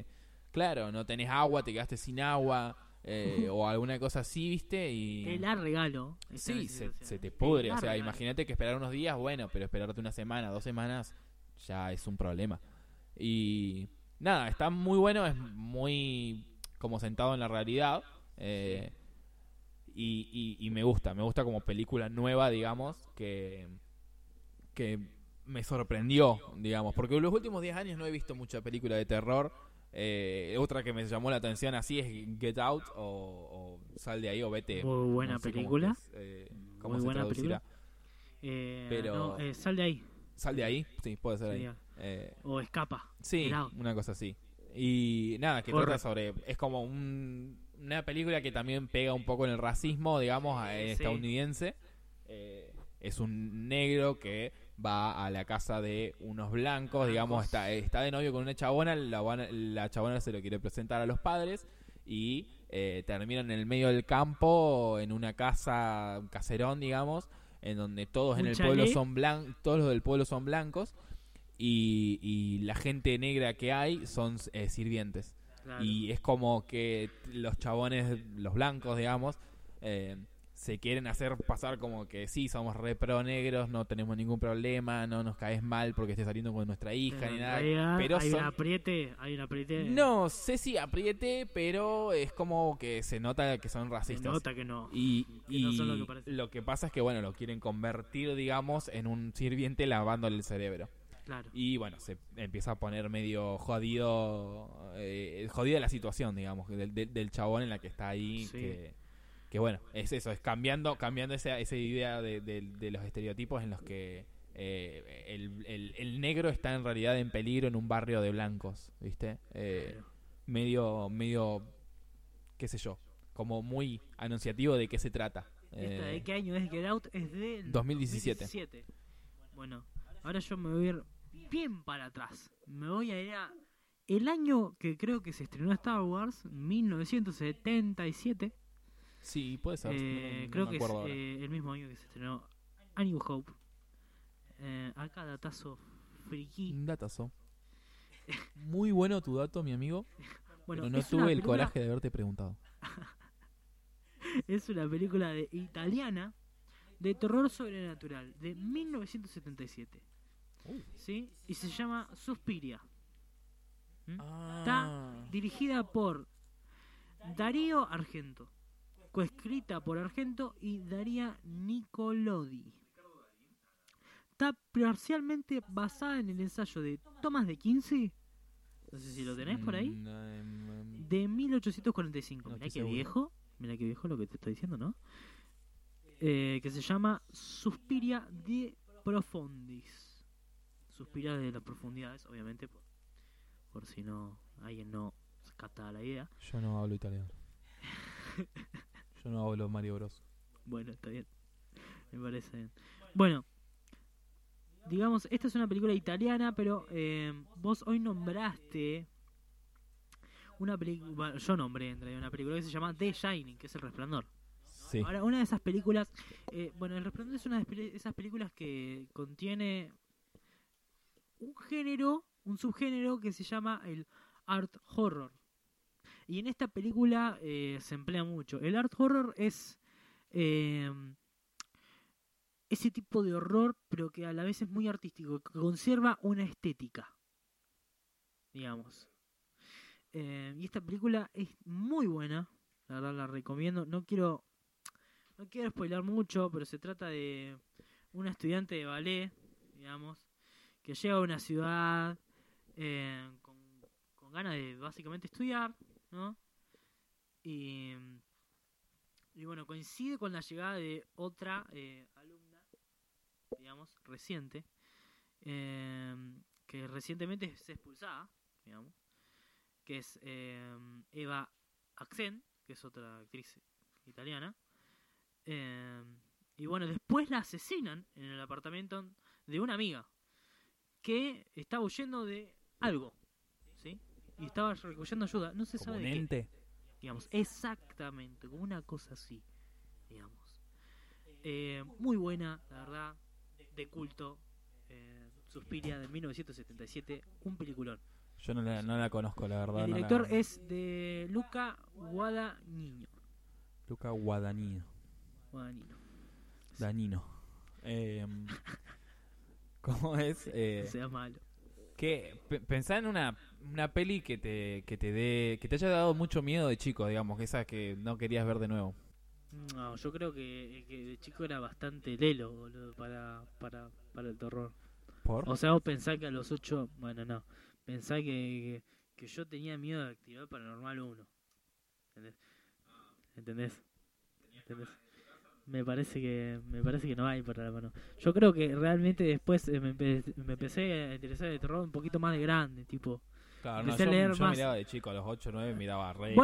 Claro, no tenés agua, te quedaste sin agua
*laughs*
eh, o alguna cosa así, ¿viste? Y...
Te la regalo. esta
Sí, se,
situación.
se te pudre.
la
O sea,
regalo.
imagínate que esperar unos días, bueno, pero esperarte una semana, dos semanas, ya es un problema. Y nada, está muy bueno, es muy como sentado en la realidad. eh, y, y- y me gusta, me gusta como película nueva, digamos, que, que me sorprendió, digamos. Porque en los últimos 10 años no he visto mucha película de terror. Eh, otra que me llamó la atención así es Get Out o, o Sal de ahí o vete.
Muy buena
No sé cómo
película.
es, eh, cómo
Muy
se
buena
traducirá.
Eh,
pero-
no, eh, sal de ahí.
Sal de ahí, sí, puede ser ahí.
Sería.
Eh,
O escapa.
sí,
Get Out.
una cosa así. Y nada, que
Corre.
trata sobre. Es como un- una película que también pega un poco en el racismo, digamos, a-
Eh, sí.
estadounidense. Eh, es un negro que va a la casa de unos blancos, digamos, está, está de novio con una chabona, la, van- la chabona se lo quiere presentar a los padres y eh, terminan en el medio del campo, en una casa, un caserón, digamos, en donde todos en
Un
el pueblo
chalet.
son blancos, todos los del pueblo son blancos y, y la gente negra que hay son eh, sirvientes.
Claro.
Y es como que los chabones, los blancos, digamos, eh, se quieren hacer pasar como que sí, somos re pro negros, no tenemos ningún problema, no nos caes mal porque estés saliendo con nuestra hija
Pero
ni
en
nada.
realidad
Pero
hay un
son
apriete, hay un apriete.
no sé si apriete, pero es como que se nota que son
se
racistas.
nota que no.
Y,
que no son lo
y
que parecen.
lo que pasa es que, bueno, lo quieren convertir, digamos, en un sirviente lavándole el cerebro.
Claro.
Y bueno, se empieza a poner medio jodido, eh, jodida la situación, digamos, del, del- del chabón en la que está ahí.
Sí.
Que, que bueno, es eso, es cambiando cambiando esa, esa idea de, de- de los estereotipos en los que eh, el, el- el negro está en realidad en peligro en un barrio de blancos, ¿viste? Eh,
Claro.
medio, medio, qué sé yo, como muy anunciativo de qué se trata.
¿Esta
Eh,
de qué año es Get Out? Es del
2017.
2017. Bueno, ahora yo me voy a ir bien para atrás. Me voy a ir a. El año que creo que se estrenó Star Wars, 1977.
sí, puede ser.
eh,
no- no
creo
me
que es
acuerdo ahora.
eh, el mismo año que se estrenó A New Hope. Eh, acá datazo friki.
Un datazo. Muy bueno tu dato, mi amigo.
Bueno,
pero no
es una
tuve el
película-
coraje de haberte preguntado.
*laughs* Es una película de, italiana de terror sobrenatural de 1977. ¿Sí? Y se llama Suspiria. Dirigida por Darío Argento. Coescrita por Argento y Daría Nicolodi. Está parcialmente basada en el ensayo de Tomás de 15. No sé si lo tenés por ahí.
Mm, em, em,
De 1845.
No
Mirá
estoy
qué
seguro.
viejo. Mirá qué viejo lo que te estoy diciendo, ¿no? Eh, que se llama Suspiria de Profundis. Suspiria de las profundidades, obviamente. Por, por si no alguien no cata la idea.
Yo no hablo italiano. Yo no hablo Mario Bros.
Bueno, está bien. Me parece bien. Bueno, digamos, esta es una película italiana, pero eh, vos hoy nombraste una película. Yo nombré en realidad una película que se llama The Shining, que es El Resplandor.
Sí.
Ahora, una de esas películas. eh, bueno, El Resplandor es una de espe- esas películas que contiene un género, un subgénero que se llama el art horror. Y en esta película eh, se emplea mucho. El art horror es eh, ese tipo de horror, pero que a la vez es muy artístico, que conserva una estética, digamos. Eh, y esta película es muy buena, la verdad la recomiendo. No quiero, no quiero spoilar mucho, pero se trata de una estudiante de ballet, digamos, que llega a una ciudad eh, con, con ganas de básicamente estudiar, ¿no? Y, mm, y bueno, coincide con la llegada de otra eh, alumna, digamos, reciente, eh, que recientemente es expulsada, digamos, que es eh, Eva Axen, que es otra actriz italiana. Eh, y bueno, después la asesinan en el apartamento de una amiga que estaba huyendo de algo, ¿sí? Y estaba recogiendo ayuda, no se
Como
sabe
un
de qué
ente.
digamos, exactamente, como una cosa así, digamos. Eh, muy buena, la verdad, de culto. Eh, Suspiria de 1977, un peliculón.
Yo no la, no la conozco, la verdad.
El
no la-
director es de Luca Guadagnino.
Luca Guadagnino.
Guadagnino.
Danino. Eh, *laughs* ¿Cómo es? Eh,
No sea malo.
que pe- pensá en una, una peli que te, que te dé que te haya dado mucho miedo de chico, digamos, que esa que no querías ver de nuevo.
No, yo creo que, que de chico era bastante lelo, boludo, para, para, para el terror.
¿Por?
O sea, vos pensás que a los 8, bueno, no. Pensá que, que, que yo tenía miedo de activar Paranormal 1. ¿Entendés? ¿Entendés? ¿Entendés? Me parece que me parece que no hay para la mano. Yo creo que realmente después eh, me, empe- me empecé a interesar en el terror un poquito más de grande, tipo.
claro, no,
empecé
yo,
a leer
yo
más.
miraba de chico, a los 8 o 9 miraba Rey, miraba...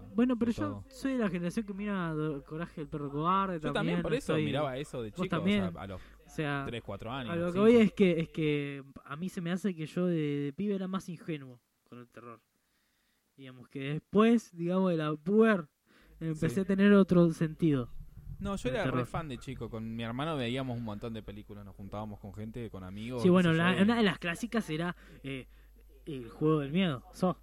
Bueno, bueno, pero
de todo.
yo soy de la generación que mira Do- Coraje el perro cobarde
Yo también por
no
eso
soy-
miraba eso de
vos
chico,
también.
o sea, a los
O sea,
3, 4 años.
A lo que
cinco.
voy es que, es que a mí se me hace que yo de, de pibe era más ingenuo con el terror. Digamos que después, digamos, de la puber, empecé
Sí.
a tener otro sentido.
No, yo
de
era re
terror.
fan de chico, con mi hermano veíamos un montón de películas, nos juntábamos con gente, con amigos.
sí,
qué
bueno,
sé
la-
yo, y-
una de las clásicas era eh, El juego del miedo, So,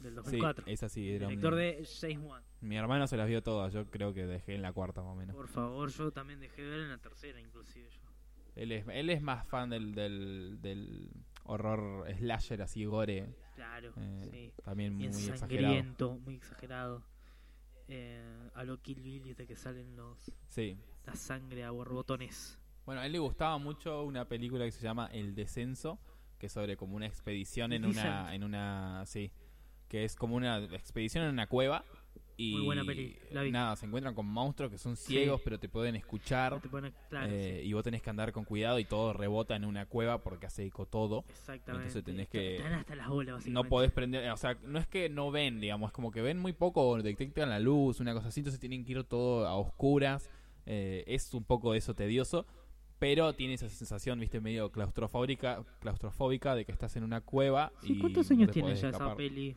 del
Sí,
2004.
esa sí, era un-
director de James Wan.
Mi hermano se las vio todas, yo creo que dejé en la cuarta más o menos.
Por favor, yo también dejé de ver en la tercera, inclusive yo.
Él es, él es más fan del, del, del horror slasher, así gore,
Claro,
Eh,
sí.
también muy
Bien
exagerado.
sangriento, muy exagerado. Eh, a lo Kill Bill de que salen los
Sí.
la sangre a borbotones.
Bueno, a él le gustaba mucho una película que se llama El Descenso, que es sobre como una expedición en
Descent.
una, en una, sí, que es como una expedición en una cueva y
Muy buena peli, la vi.
nada, se encuentran con monstruos que son ciegos pero te pueden escuchar
Te pone- claro,
eh, y vos tenés que andar con cuidado y todo rebota en una cueva porque hace eco todo.
sí, exactamente.
entonces tenés que-
Están hasta las bolas, básicamente.
No podés prender, eh, o sea, no es que no ven, digamos, es como que ven muy poco o detectan la luz, una cosa así, entonces tienen que ir todo a oscuras. eh, es un poco eso tedioso, pero tiene esa sensación, viste, medio claustrofóbica, claustrofóbica de que estás en una cueva.
Sí,
y
¿Cuántos
no
años
te
tiene
podés
ya esa
escapar.
peli? Eh,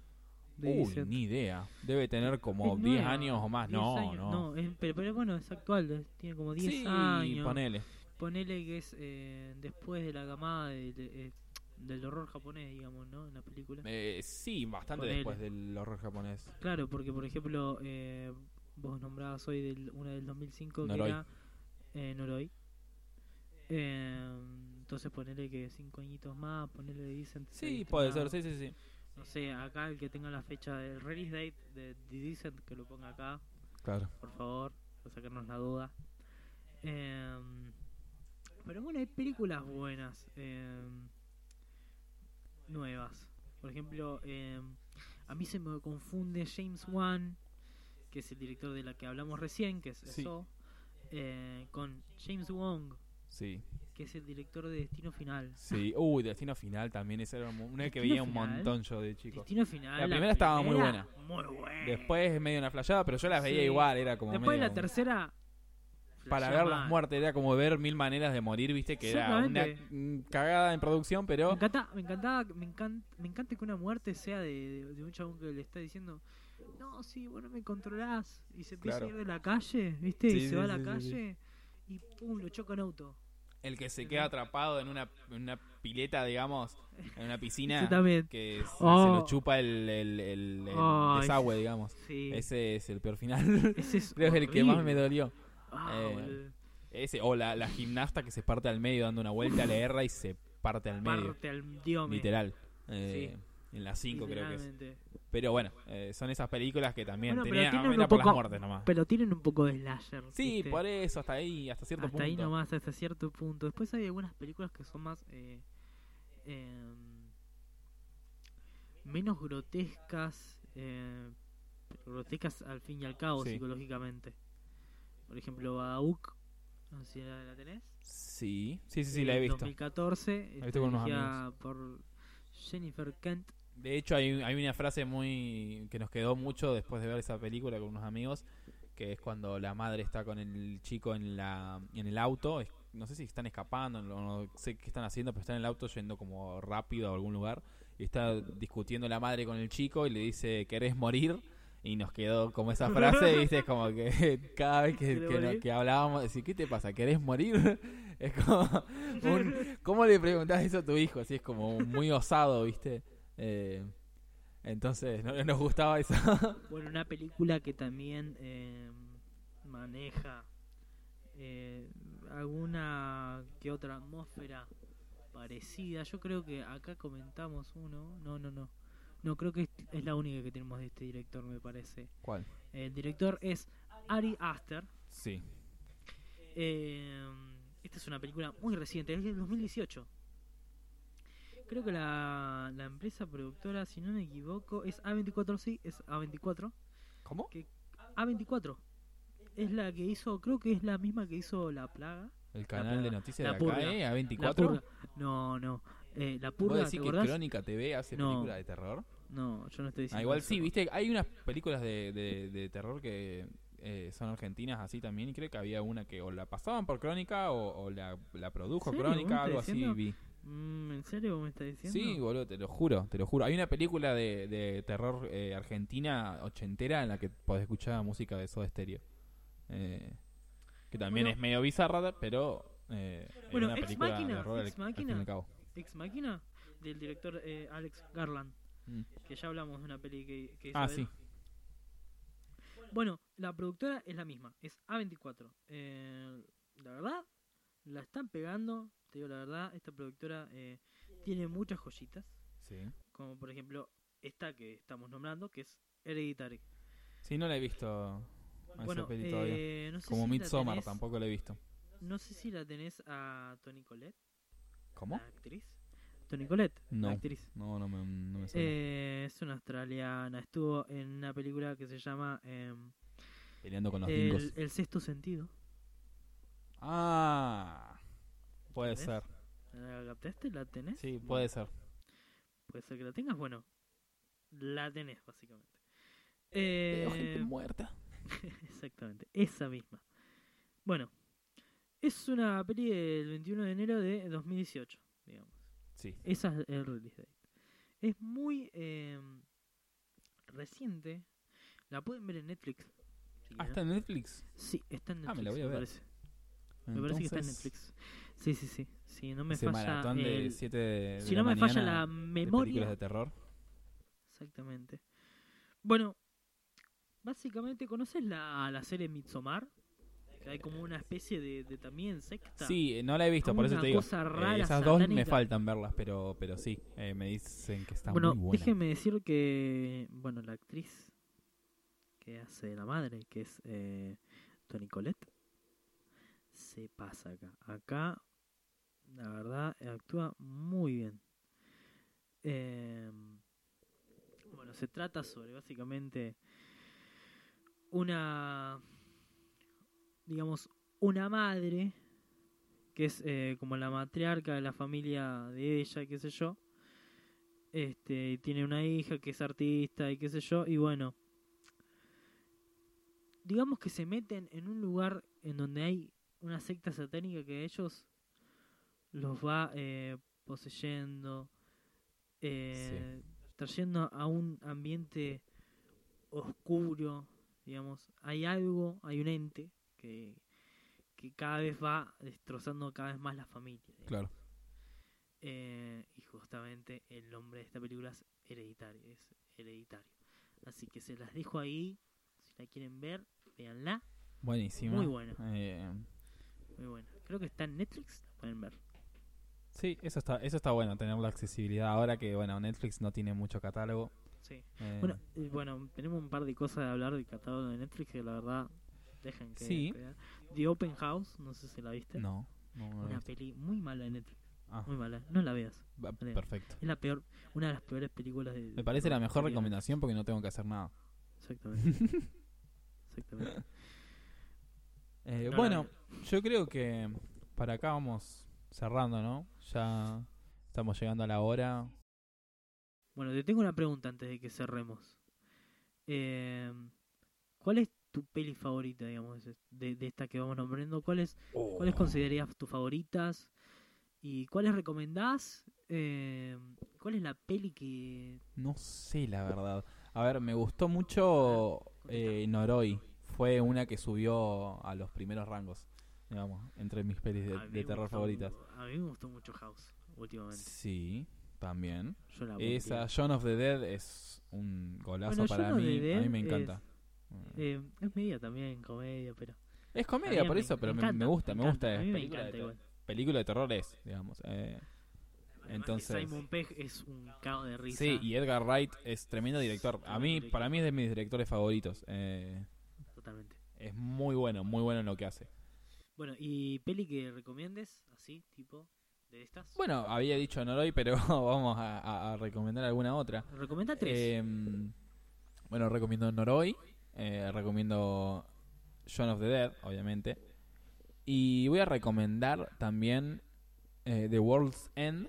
de
Uy,
Descent?
ni idea. Debe tener como
Es
10
nueva,
años o más.
10
No,
años,
no.
es- pero, pero bueno, es actual, es- tiene como 10
sí,
años.
ponele.
Ponele que es eh, después de la camada de- de- eh, del horror japonés, digamos, ¿no? En la película.
Eh, sí, bastante
Ponele.
después del horror japonés.
Claro, porque por ejemplo, eh, vos nombrabas hoy del, una del 2005
Noroi.
que era eh, Noroi. Eh, entonces ponele que 5 añitos más, ponele dicen.
Sí, puede ser, sí, sí, sí.
No sé, acá el que tenga la fecha del release date de The Decent, que lo ponga acá,
Claro.
por favor, para sacarnos la duda. Em, pero bueno, hay películas buenas, em, nuevas. Por ejemplo, em, a mí se me confunde James Wan, que es el director de la que hablamos recién, que es
Sí.
eso, eh, con James Wong,
Sí.
que es el director de Destino Final.
Sí, uy, Destino Final también, esa era mu- una que
Destino
veía un
Final.
montón yo de chico.
Destino Final.
La primera estaba muy
primera, Muy buena.
Después medio una flayada, pero yo las veía
Sí.
igual, era como
Después
medio-
la tercera.
para
flashea
ver las
mal.
muertes, era como ver mil maneras de morir, viste, que era una
Exactamente.
mm, cagada en producción,
Me
pero
encanta, me encantaba, me encanta, me encanta que una muerte sea de, de- de un chabón que le está diciendo, no, sí, bueno, me controlás. Y se empieza
Claro.
a ir de la calle, ¿viste?
Sí,
y se
sí,
va a
sí,
la
sí, sí.
calle y pum, lo choca un auto.
el que se queda atrapado en una, en una pileta, digamos, en
*laughs*
una
Yo
piscina,
también.
que se, se
Oh.
lo chupa el, el- el- el
Ay,
desagüe, digamos.
Sí.
Ese es el peor final. *laughs*
Ese es
Creo que es el que más me
horrible.
dolió.
Ah,
eh,
boludo.
Ese, o la, la gimnasta que se parte al medio dando una vuelta, le erra y se parte al medio.
Parte al diome.
Literal. Eh, En las 5 creo que es.
literalmente.
Pero bueno, eh, son esas películas que también
Bueno, pero
tenían
tienen un
era por las
poco-
muertes nomás.
Pero tienen un poco de slasher.
Sí,
¿viste?
por eso, hasta ahí, hasta cierto
hasta
punto.
ahí nomás, hasta cierto punto. Después hay algunas películas que son más. eh, eh, menos grotescas. eh, pero grotescas al fin y al cabo,
Sí.
psicológicamente. Por ejemplo, Badauk. No sé si la, la tenés.
Sí, sí, sí, sí, la
Eh,
he visto.
2014.
La he visto con unos
dirigida por Jennifer Kent.
De hecho, hay, hay una frase muy que nos quedó mucho después de ver esa película con unos amigos, que es cuando la madre está con el chico en, la, en el auto. es- no sé si están escapando, no, no sé qué están haciendo, pero están en el auto yendo como rápido a algún lugar. Y está discutiendo la madre con el chico y le dice, ¿querés morir? Y nos quedó como esa
*laughs*
frase, ¿viste? Es como que *laughs* cada vez que,
¿Querés
que no-
morir?
que hablábamos, decís, ¿qué te pasa? ¿Querés morir? *laughs* Es como, un- ¿cómo le preguntás eso a tu hijo? Así es como muy osado, ¿viste? Eh, entonces, no nos gustaba *laughs* eso.
Bueno, una película que también eh, maneja eh, alguna que otra atmósfera parecida. Yo creo que acá comentamos uno. No, no, no. No, creo que es, es la única que tenemos de este director, me parece.
¿Cuál?
El director es Ari Aster.
Sí.
Eh, esta es una película muy reciente, es del 2018. Creo que la, la empresa productora, si no me equivoco, es A24, sí, es A24.
¿Cómo?
Que, A24 es la que hizo, creo que es la misma que hizo La Plaga.
El canal
purga.
de noticias
La
de
purga.
acá, ¿eh? A
La
24.
purga. No, no. Eh, la
¿Vos
purga, ¿te
decís que
acordás?
Crónica TV hace
No.
películas de terror?
No, yo no estoy diciendo.
Ah, igual
eso.
sí, viste, hay unas películas de, de- de terror que eh, son argentinas así también y creo que había una que o la pasaban por Crónica o, o la, la produjo
¿En serio? ¿Vos
Crónica,
me
algo
estás
así
diciendo?
vi.
Mm, ¿En serio vos me estás diciendo?
Sí, boludo, te lo juro, te lo juro. Hay una película de, de terror eh, argentina ochentera en la que podés escuchar música de Soda Stereo. Eh, que también
Bueno.
es medio bizarra, pero eh, es
Bueno,
una
Ex
película
Machina,
de terror al-
Ex
al fin y
Machina.
al cabo.
Ex Máquina del director eh, Alex Garland,
Mm.
que ya hablamos de una peli que, que hizo
Ah,
él.
sí.
Bueno, la productora es la misma, es A24. Eh, la verdad, la están pegando, te digo la verdad, esta productora eh, tiene muchas joyitas,
sí.
como por ejemplo esta que estamos nombrando, que es Hereditary.
Sí, no la he visto. a
bueno,
Ah, esa peli todavía.
eh, no sé
Como
si la
Midsommar
tenés-
tampoco la he visto.
No sé si la tenés a Toni Colette,
¿Cómo?
la actriz. Toni Colette,
No.
la actriz.
No, no me, no me suena.
Eh, es una australiana, estuvo en una película que se llama em,
Peleando con los
el,
dingos.
El sexto sentido.
Ah, puede
¿Ves?
ser.
¿La captaste? ¿La tenés?
Sí, puede ser.
Puede ser que la tengas, bueno. La tenés, básicamente.
Veo
Eh,
gente muerta.
*laughs* exactamente, esa misma. Bueno, es una peli del 21 de enero de 2018, digamos.
Sí.
Esa es el release date. Es muy em, reciente. La pueden ver en Netflix. si
Ah,
quieren.
está en Netflix.
Sí, está en
Ah,
Netflix.
me la voy a
me
ver.
parece. Me parece que está en
Entonces,
Netflix. Sí, sí, sí. Si no me
ese
falla.
maratón de
el-
7 de,
si
de
no
la
me falla
mañana
la
de películas
memoria.
de terror.
Exactamente. Bueno, básicamente, ¿conoces la, la serie Midsommar? Que hay como una especie de, de también secta.
Sí, no la he visto,
Como
por eso
una
te digo.
cosa
Eh,
rara,
esas dos me
satánica.
faltan verlas, pero pero sí, eh, me dicen que están
bueno,
muy buenas.
déjenme decir que. Bueno, la actriz que hace de la madre, que es eh, Toni Colette, se pasa acá. Acá, la verdad, actúa muy bien. Eh, bueno, se trata sobre básicamente una. digamos, una madre que es eh, como la matriarca de la familia de ella, qué sé yo, este y tiene una hija que es artista y qué sé yo y bueno digamos que se meten en un lugar en donde hay una secta satánica que a ellos los va eh, poseyendo eh, trayendo a un ambiente oscuro digamos hay algo hay un ente que que cada vez va destrozando cada vez más la familia digamos.
Claro.
Eh, y justamente el nombre de esta película es Hereditario, es Hereditario. Así que se las dejo ahí, si la quieren ver, véanla,
Buenísima.
Muy buena.
Eh,
muy buena. Creo que está en Netflix, la pueden ver.
sí, eso está eso está bueno, tener la accesibilidad ahora que bueno, Netflix no tiene mucho catálogo.
Sí.
Eh,
Bueno, eh, bueno, tenemos un par de cosas de hablar del catálogo de Netflix que la verdad dejan que
Sí.
esperar. The Open House, no sé si la viste.
no, no, no lo he
Una
visto.
peli muy mala de Netflix,
Ah,
muy mala, no la veas.
va-
Vale.
perfecto.
Es la peor, una de las peores películas de...
Me parece la mejor
de-
recomendación porque no tengo que hacer nada.
Exactamente.
*laughs*
Exactamente.
Eh,
No, no,
bueno, yo creo que para acá vamos cerrando, ¿no? Ya estamos llegando a la hora.
Bueno, te tengo una pregunta antes de que cerremos. Eh, ¿Cuál es tu peli favorita, digamos, de, de esta que vamos nombrando? ¿Cuáles
Oh.
cuáles considerarías tus favoritas? ¿Y cuáles recomendás? Eh, ¿Cuál es la peli que...
No sé, la verdad. A ver, me gustó mucho eh, Noroi. Fue una que subió a los primeros rangos, digamos, entre mis
A
pelis de,
mí
de
me
terror
gustó
favoritas.
mu- A mí me gustó mucho House últimamente.
Sí, también.
Yo la apunté.
Esa, John of the Dead es un golazo
Bueno,
para
Shaun of the
mí. A mí
Dead
me encanta.
Eh, es media también, comedia, pero.
es
a
comedia,
mí
por
me-
eso,
me
pero me, me
encanta,
gusta, me,
encanta,
gusta.
A
Es
mí me
película,
encanta
de
igual.
ter- película de terror es, digamos. eh,
Además que
Entonces-
Simon Pegg es un cago de risa.
sí, y Edgar Wright es tremendo director. A mí,
Tremendo
para mí es de mis directores favoritos. Eh,
Totalmente.
es muy bueno, muy bueno en lo que hace.
Bueno, ¿y peli que recomiendes? Así, tipo, de estas.
Bueno, había dicho Noroi, pero *laughs* vamos a- a- a recomendar alguna otra.
Recomenda tres.
Em, bueno, recomiendo Noroi. eh, recomiendo Shaun of the Dead, obviamente. Y voy a recomendar también eh, The World's End,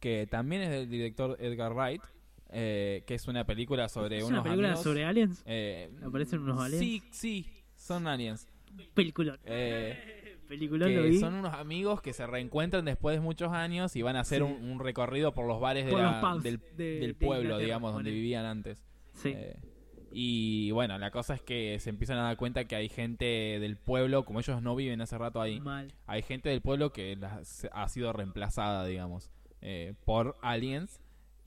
que también es del director Edgar Wright, eh, que es una película sobre
¿Es
unos
una película
amigos,
sobre aliens?
eh,
¿Aparecen unos aliens?
Sí, sí, son aliens.
Peliculón.
Eh,
Peliculón lo
que
vi.
son unos amigos que se reencuentran después de muchos años y van a hacer
Sí.
un, un recorrido por los bares de
Por los
la-
pubs
del,
de-
del
de
pueblo,
Inglaterra,
digamos, donde
ponele.
vivían antes.
Sí.
Eh, y bueno, la cosa es que se empiezan a dar cuenta que hay gente del pueblo, como ellos no viven hace rato ahí,
Mal.
hay gente del pueblo que las- ha sido reemplazada, digamos, eh, por aliens.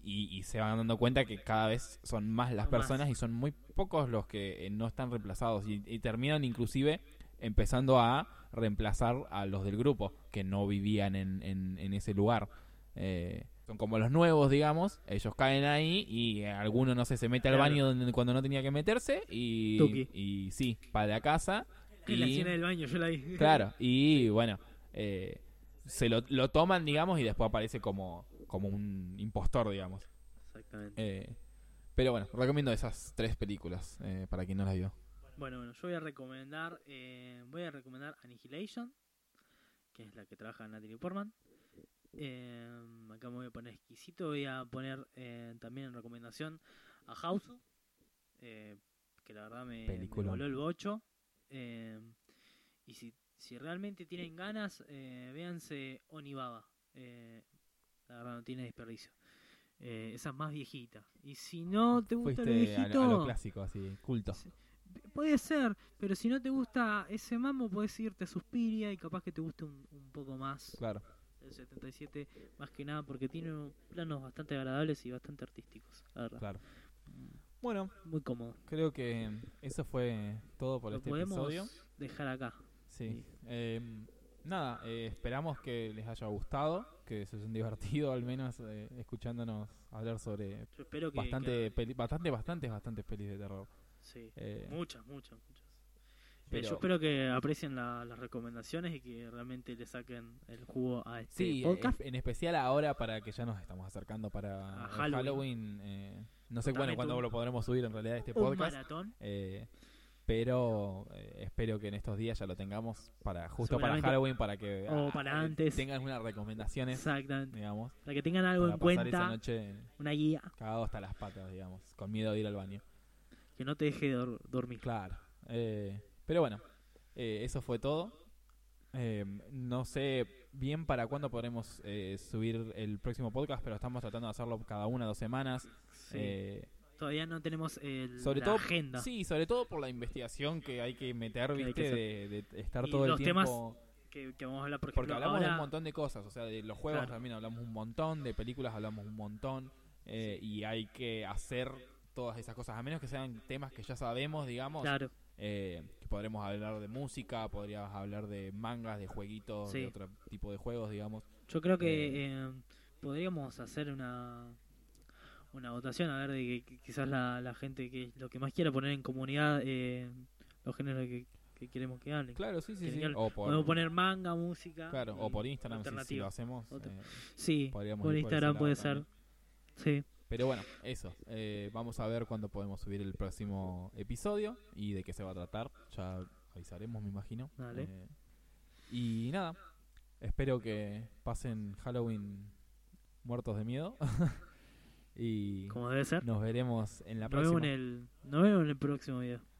Y, y se van dando cuenta que cada vez son más las
Son más.
personas y son muy pocos los que eh, no están reemplazados. Y, y terminan inclusive empezando a reemplazar a los del grupo que no vivían en, en- en ese lugar. Eh, son como los nuevos, digamos. Ellos caen ahí y alguno, no sé, se mete al
Claro.
baño donde, cuando no tenía que meterse. Y,
Tuki.
y sí, para la casa.
En la
y-
escena del baño, yo la vi.
*laughs* Claro, y bueno, eh, se lo, lo toman, digamos, y después aparece como, como un impostor, digamos.
*laughs* Exactamente.
Eh, pero bueno, recomiendo esas tres películas eh, para quien no las vio.
Bueno, bueno, yo voy a recomendar. eh, voy a recomendar Annihilation, que es la que trabaja Natalie Portman. Eh, acá me voy a poner exquisito. Voy a poner eh, también en recomendación a House, eh, que la verdad me, me
Peliculón.
voló el bocho. Eh, y si, si realmente tienen ganas, eh, véanse Onibaba. Eh, la verdad, no tiene desperdicio. Eh, esa es más viejita. Y si no te gusta lo
Fuiste a,
viejito.
lo- a lo clásico, así, culto.
Sí. Puede ser, pero si no te gusta ese mambo, puedes irte a Suspiria y capaz que te guste un, un poco más
Claro.
el 77, más que nada porque tiene un- planos bastante agradables y bastante artísticos, la verdad.
Claro. Bueno,
Muy cómodo.
creo que eso fue todo por
Lo
este
podemos
episodio.
dejar acá.
Sí.
Sí.
Eh, nada, eh, esperamos que les haya gustado, que se hayan *laughs* divertido al menos eh, escuchándonos hablar sobre
Yo espero que.
bastante, peli- bastante, bastantes, bastantes pelis de terror.
que- sí,
Eh,
muchas, muchas, muchas. Eh,
pero-
yo espero que aprecien la- las recomendaciones y que realmente le saquen el jugo a este
Sí, eh,
podcast.
en- en especial ahora para que ya nos estamos acercando para
A
el
Halloween.
Halloween, eh, no sé bueno,
Totalmente
cuándo
un-
lo podremos subir en realidad este
un
podcast,
maratón.
eh, pero eh, espero que en estos días ya lo tengamos para justo para
Seguramente.
Halloween para que
O
ah,
para antes.
tengan algunas recomendaciones,
Exactamente.
digamos,
Para que tengan algo
para
en
pasar esa
cuenta,
noche
una guía
cagado hasta las patas, digamos, con miedo de ir al baño.
que no te deje dor- dormir.
Claro. Eh, pero bueno, eh, eso fue todo. Eh, no sé bien para cuándo podremos eh, subir el próximo podcast, pero estamos tratando de hacerlo cada una dos semanas.
Sí.
Eh,
Todavía no tenemos el,
sobre
la
todo,
agenda.
sí, sobre todo por la investigación que hay que meter,
Que hay
viste,
que
de, de estar
Y
todo el
los
tiempo.
temas, Que, que vamos a hablar, por
Porque
ejemplo,
hablamos de un
ahora-
montón de cosas, o sea, de los juegos
Claro.
también hablamos un montón, de películas hablamos un montón, eh, y hay que hacer todas esas cosas, a menos que sean temas que ya sabemos, digamos,
Claro,
eh, que podremos hablar de música, podrías hablar de mangas, de jueguitos,
Sí.
de otro tipo de juegos, digamos.
yo creo que
Eh,
eh, podríamos hacer una una votación, a ver, de que, que quizás la, la gente que lo que más quiera poner en comunidad eh, los géneros que, que queremos que hablen.
Claro, sí, sí, sí.
Genial.
O por,
Podemos poner manga, música.
claro, o
y
por Instagram, si- si,
alternativa.
lo hacemos.
Otra-
eh,
*laughs* Sí,
podríamos
por
ir por ese
Instagram
lado
puede ser.
también.
Sí,
pero bueno, eso. Eh, vamos a ver cuándo podemos subir el próximo episodio y de qué se va a tratar. Ya avisaremos, me imagino.
Dale.
Eh, y nada, espero que pasen Halloween muertos de miedo. *laughs* y
como debe ser.
nos veremos en la
nos, vemos
Eh, próxima.
en el, nos vemos en el próximo video.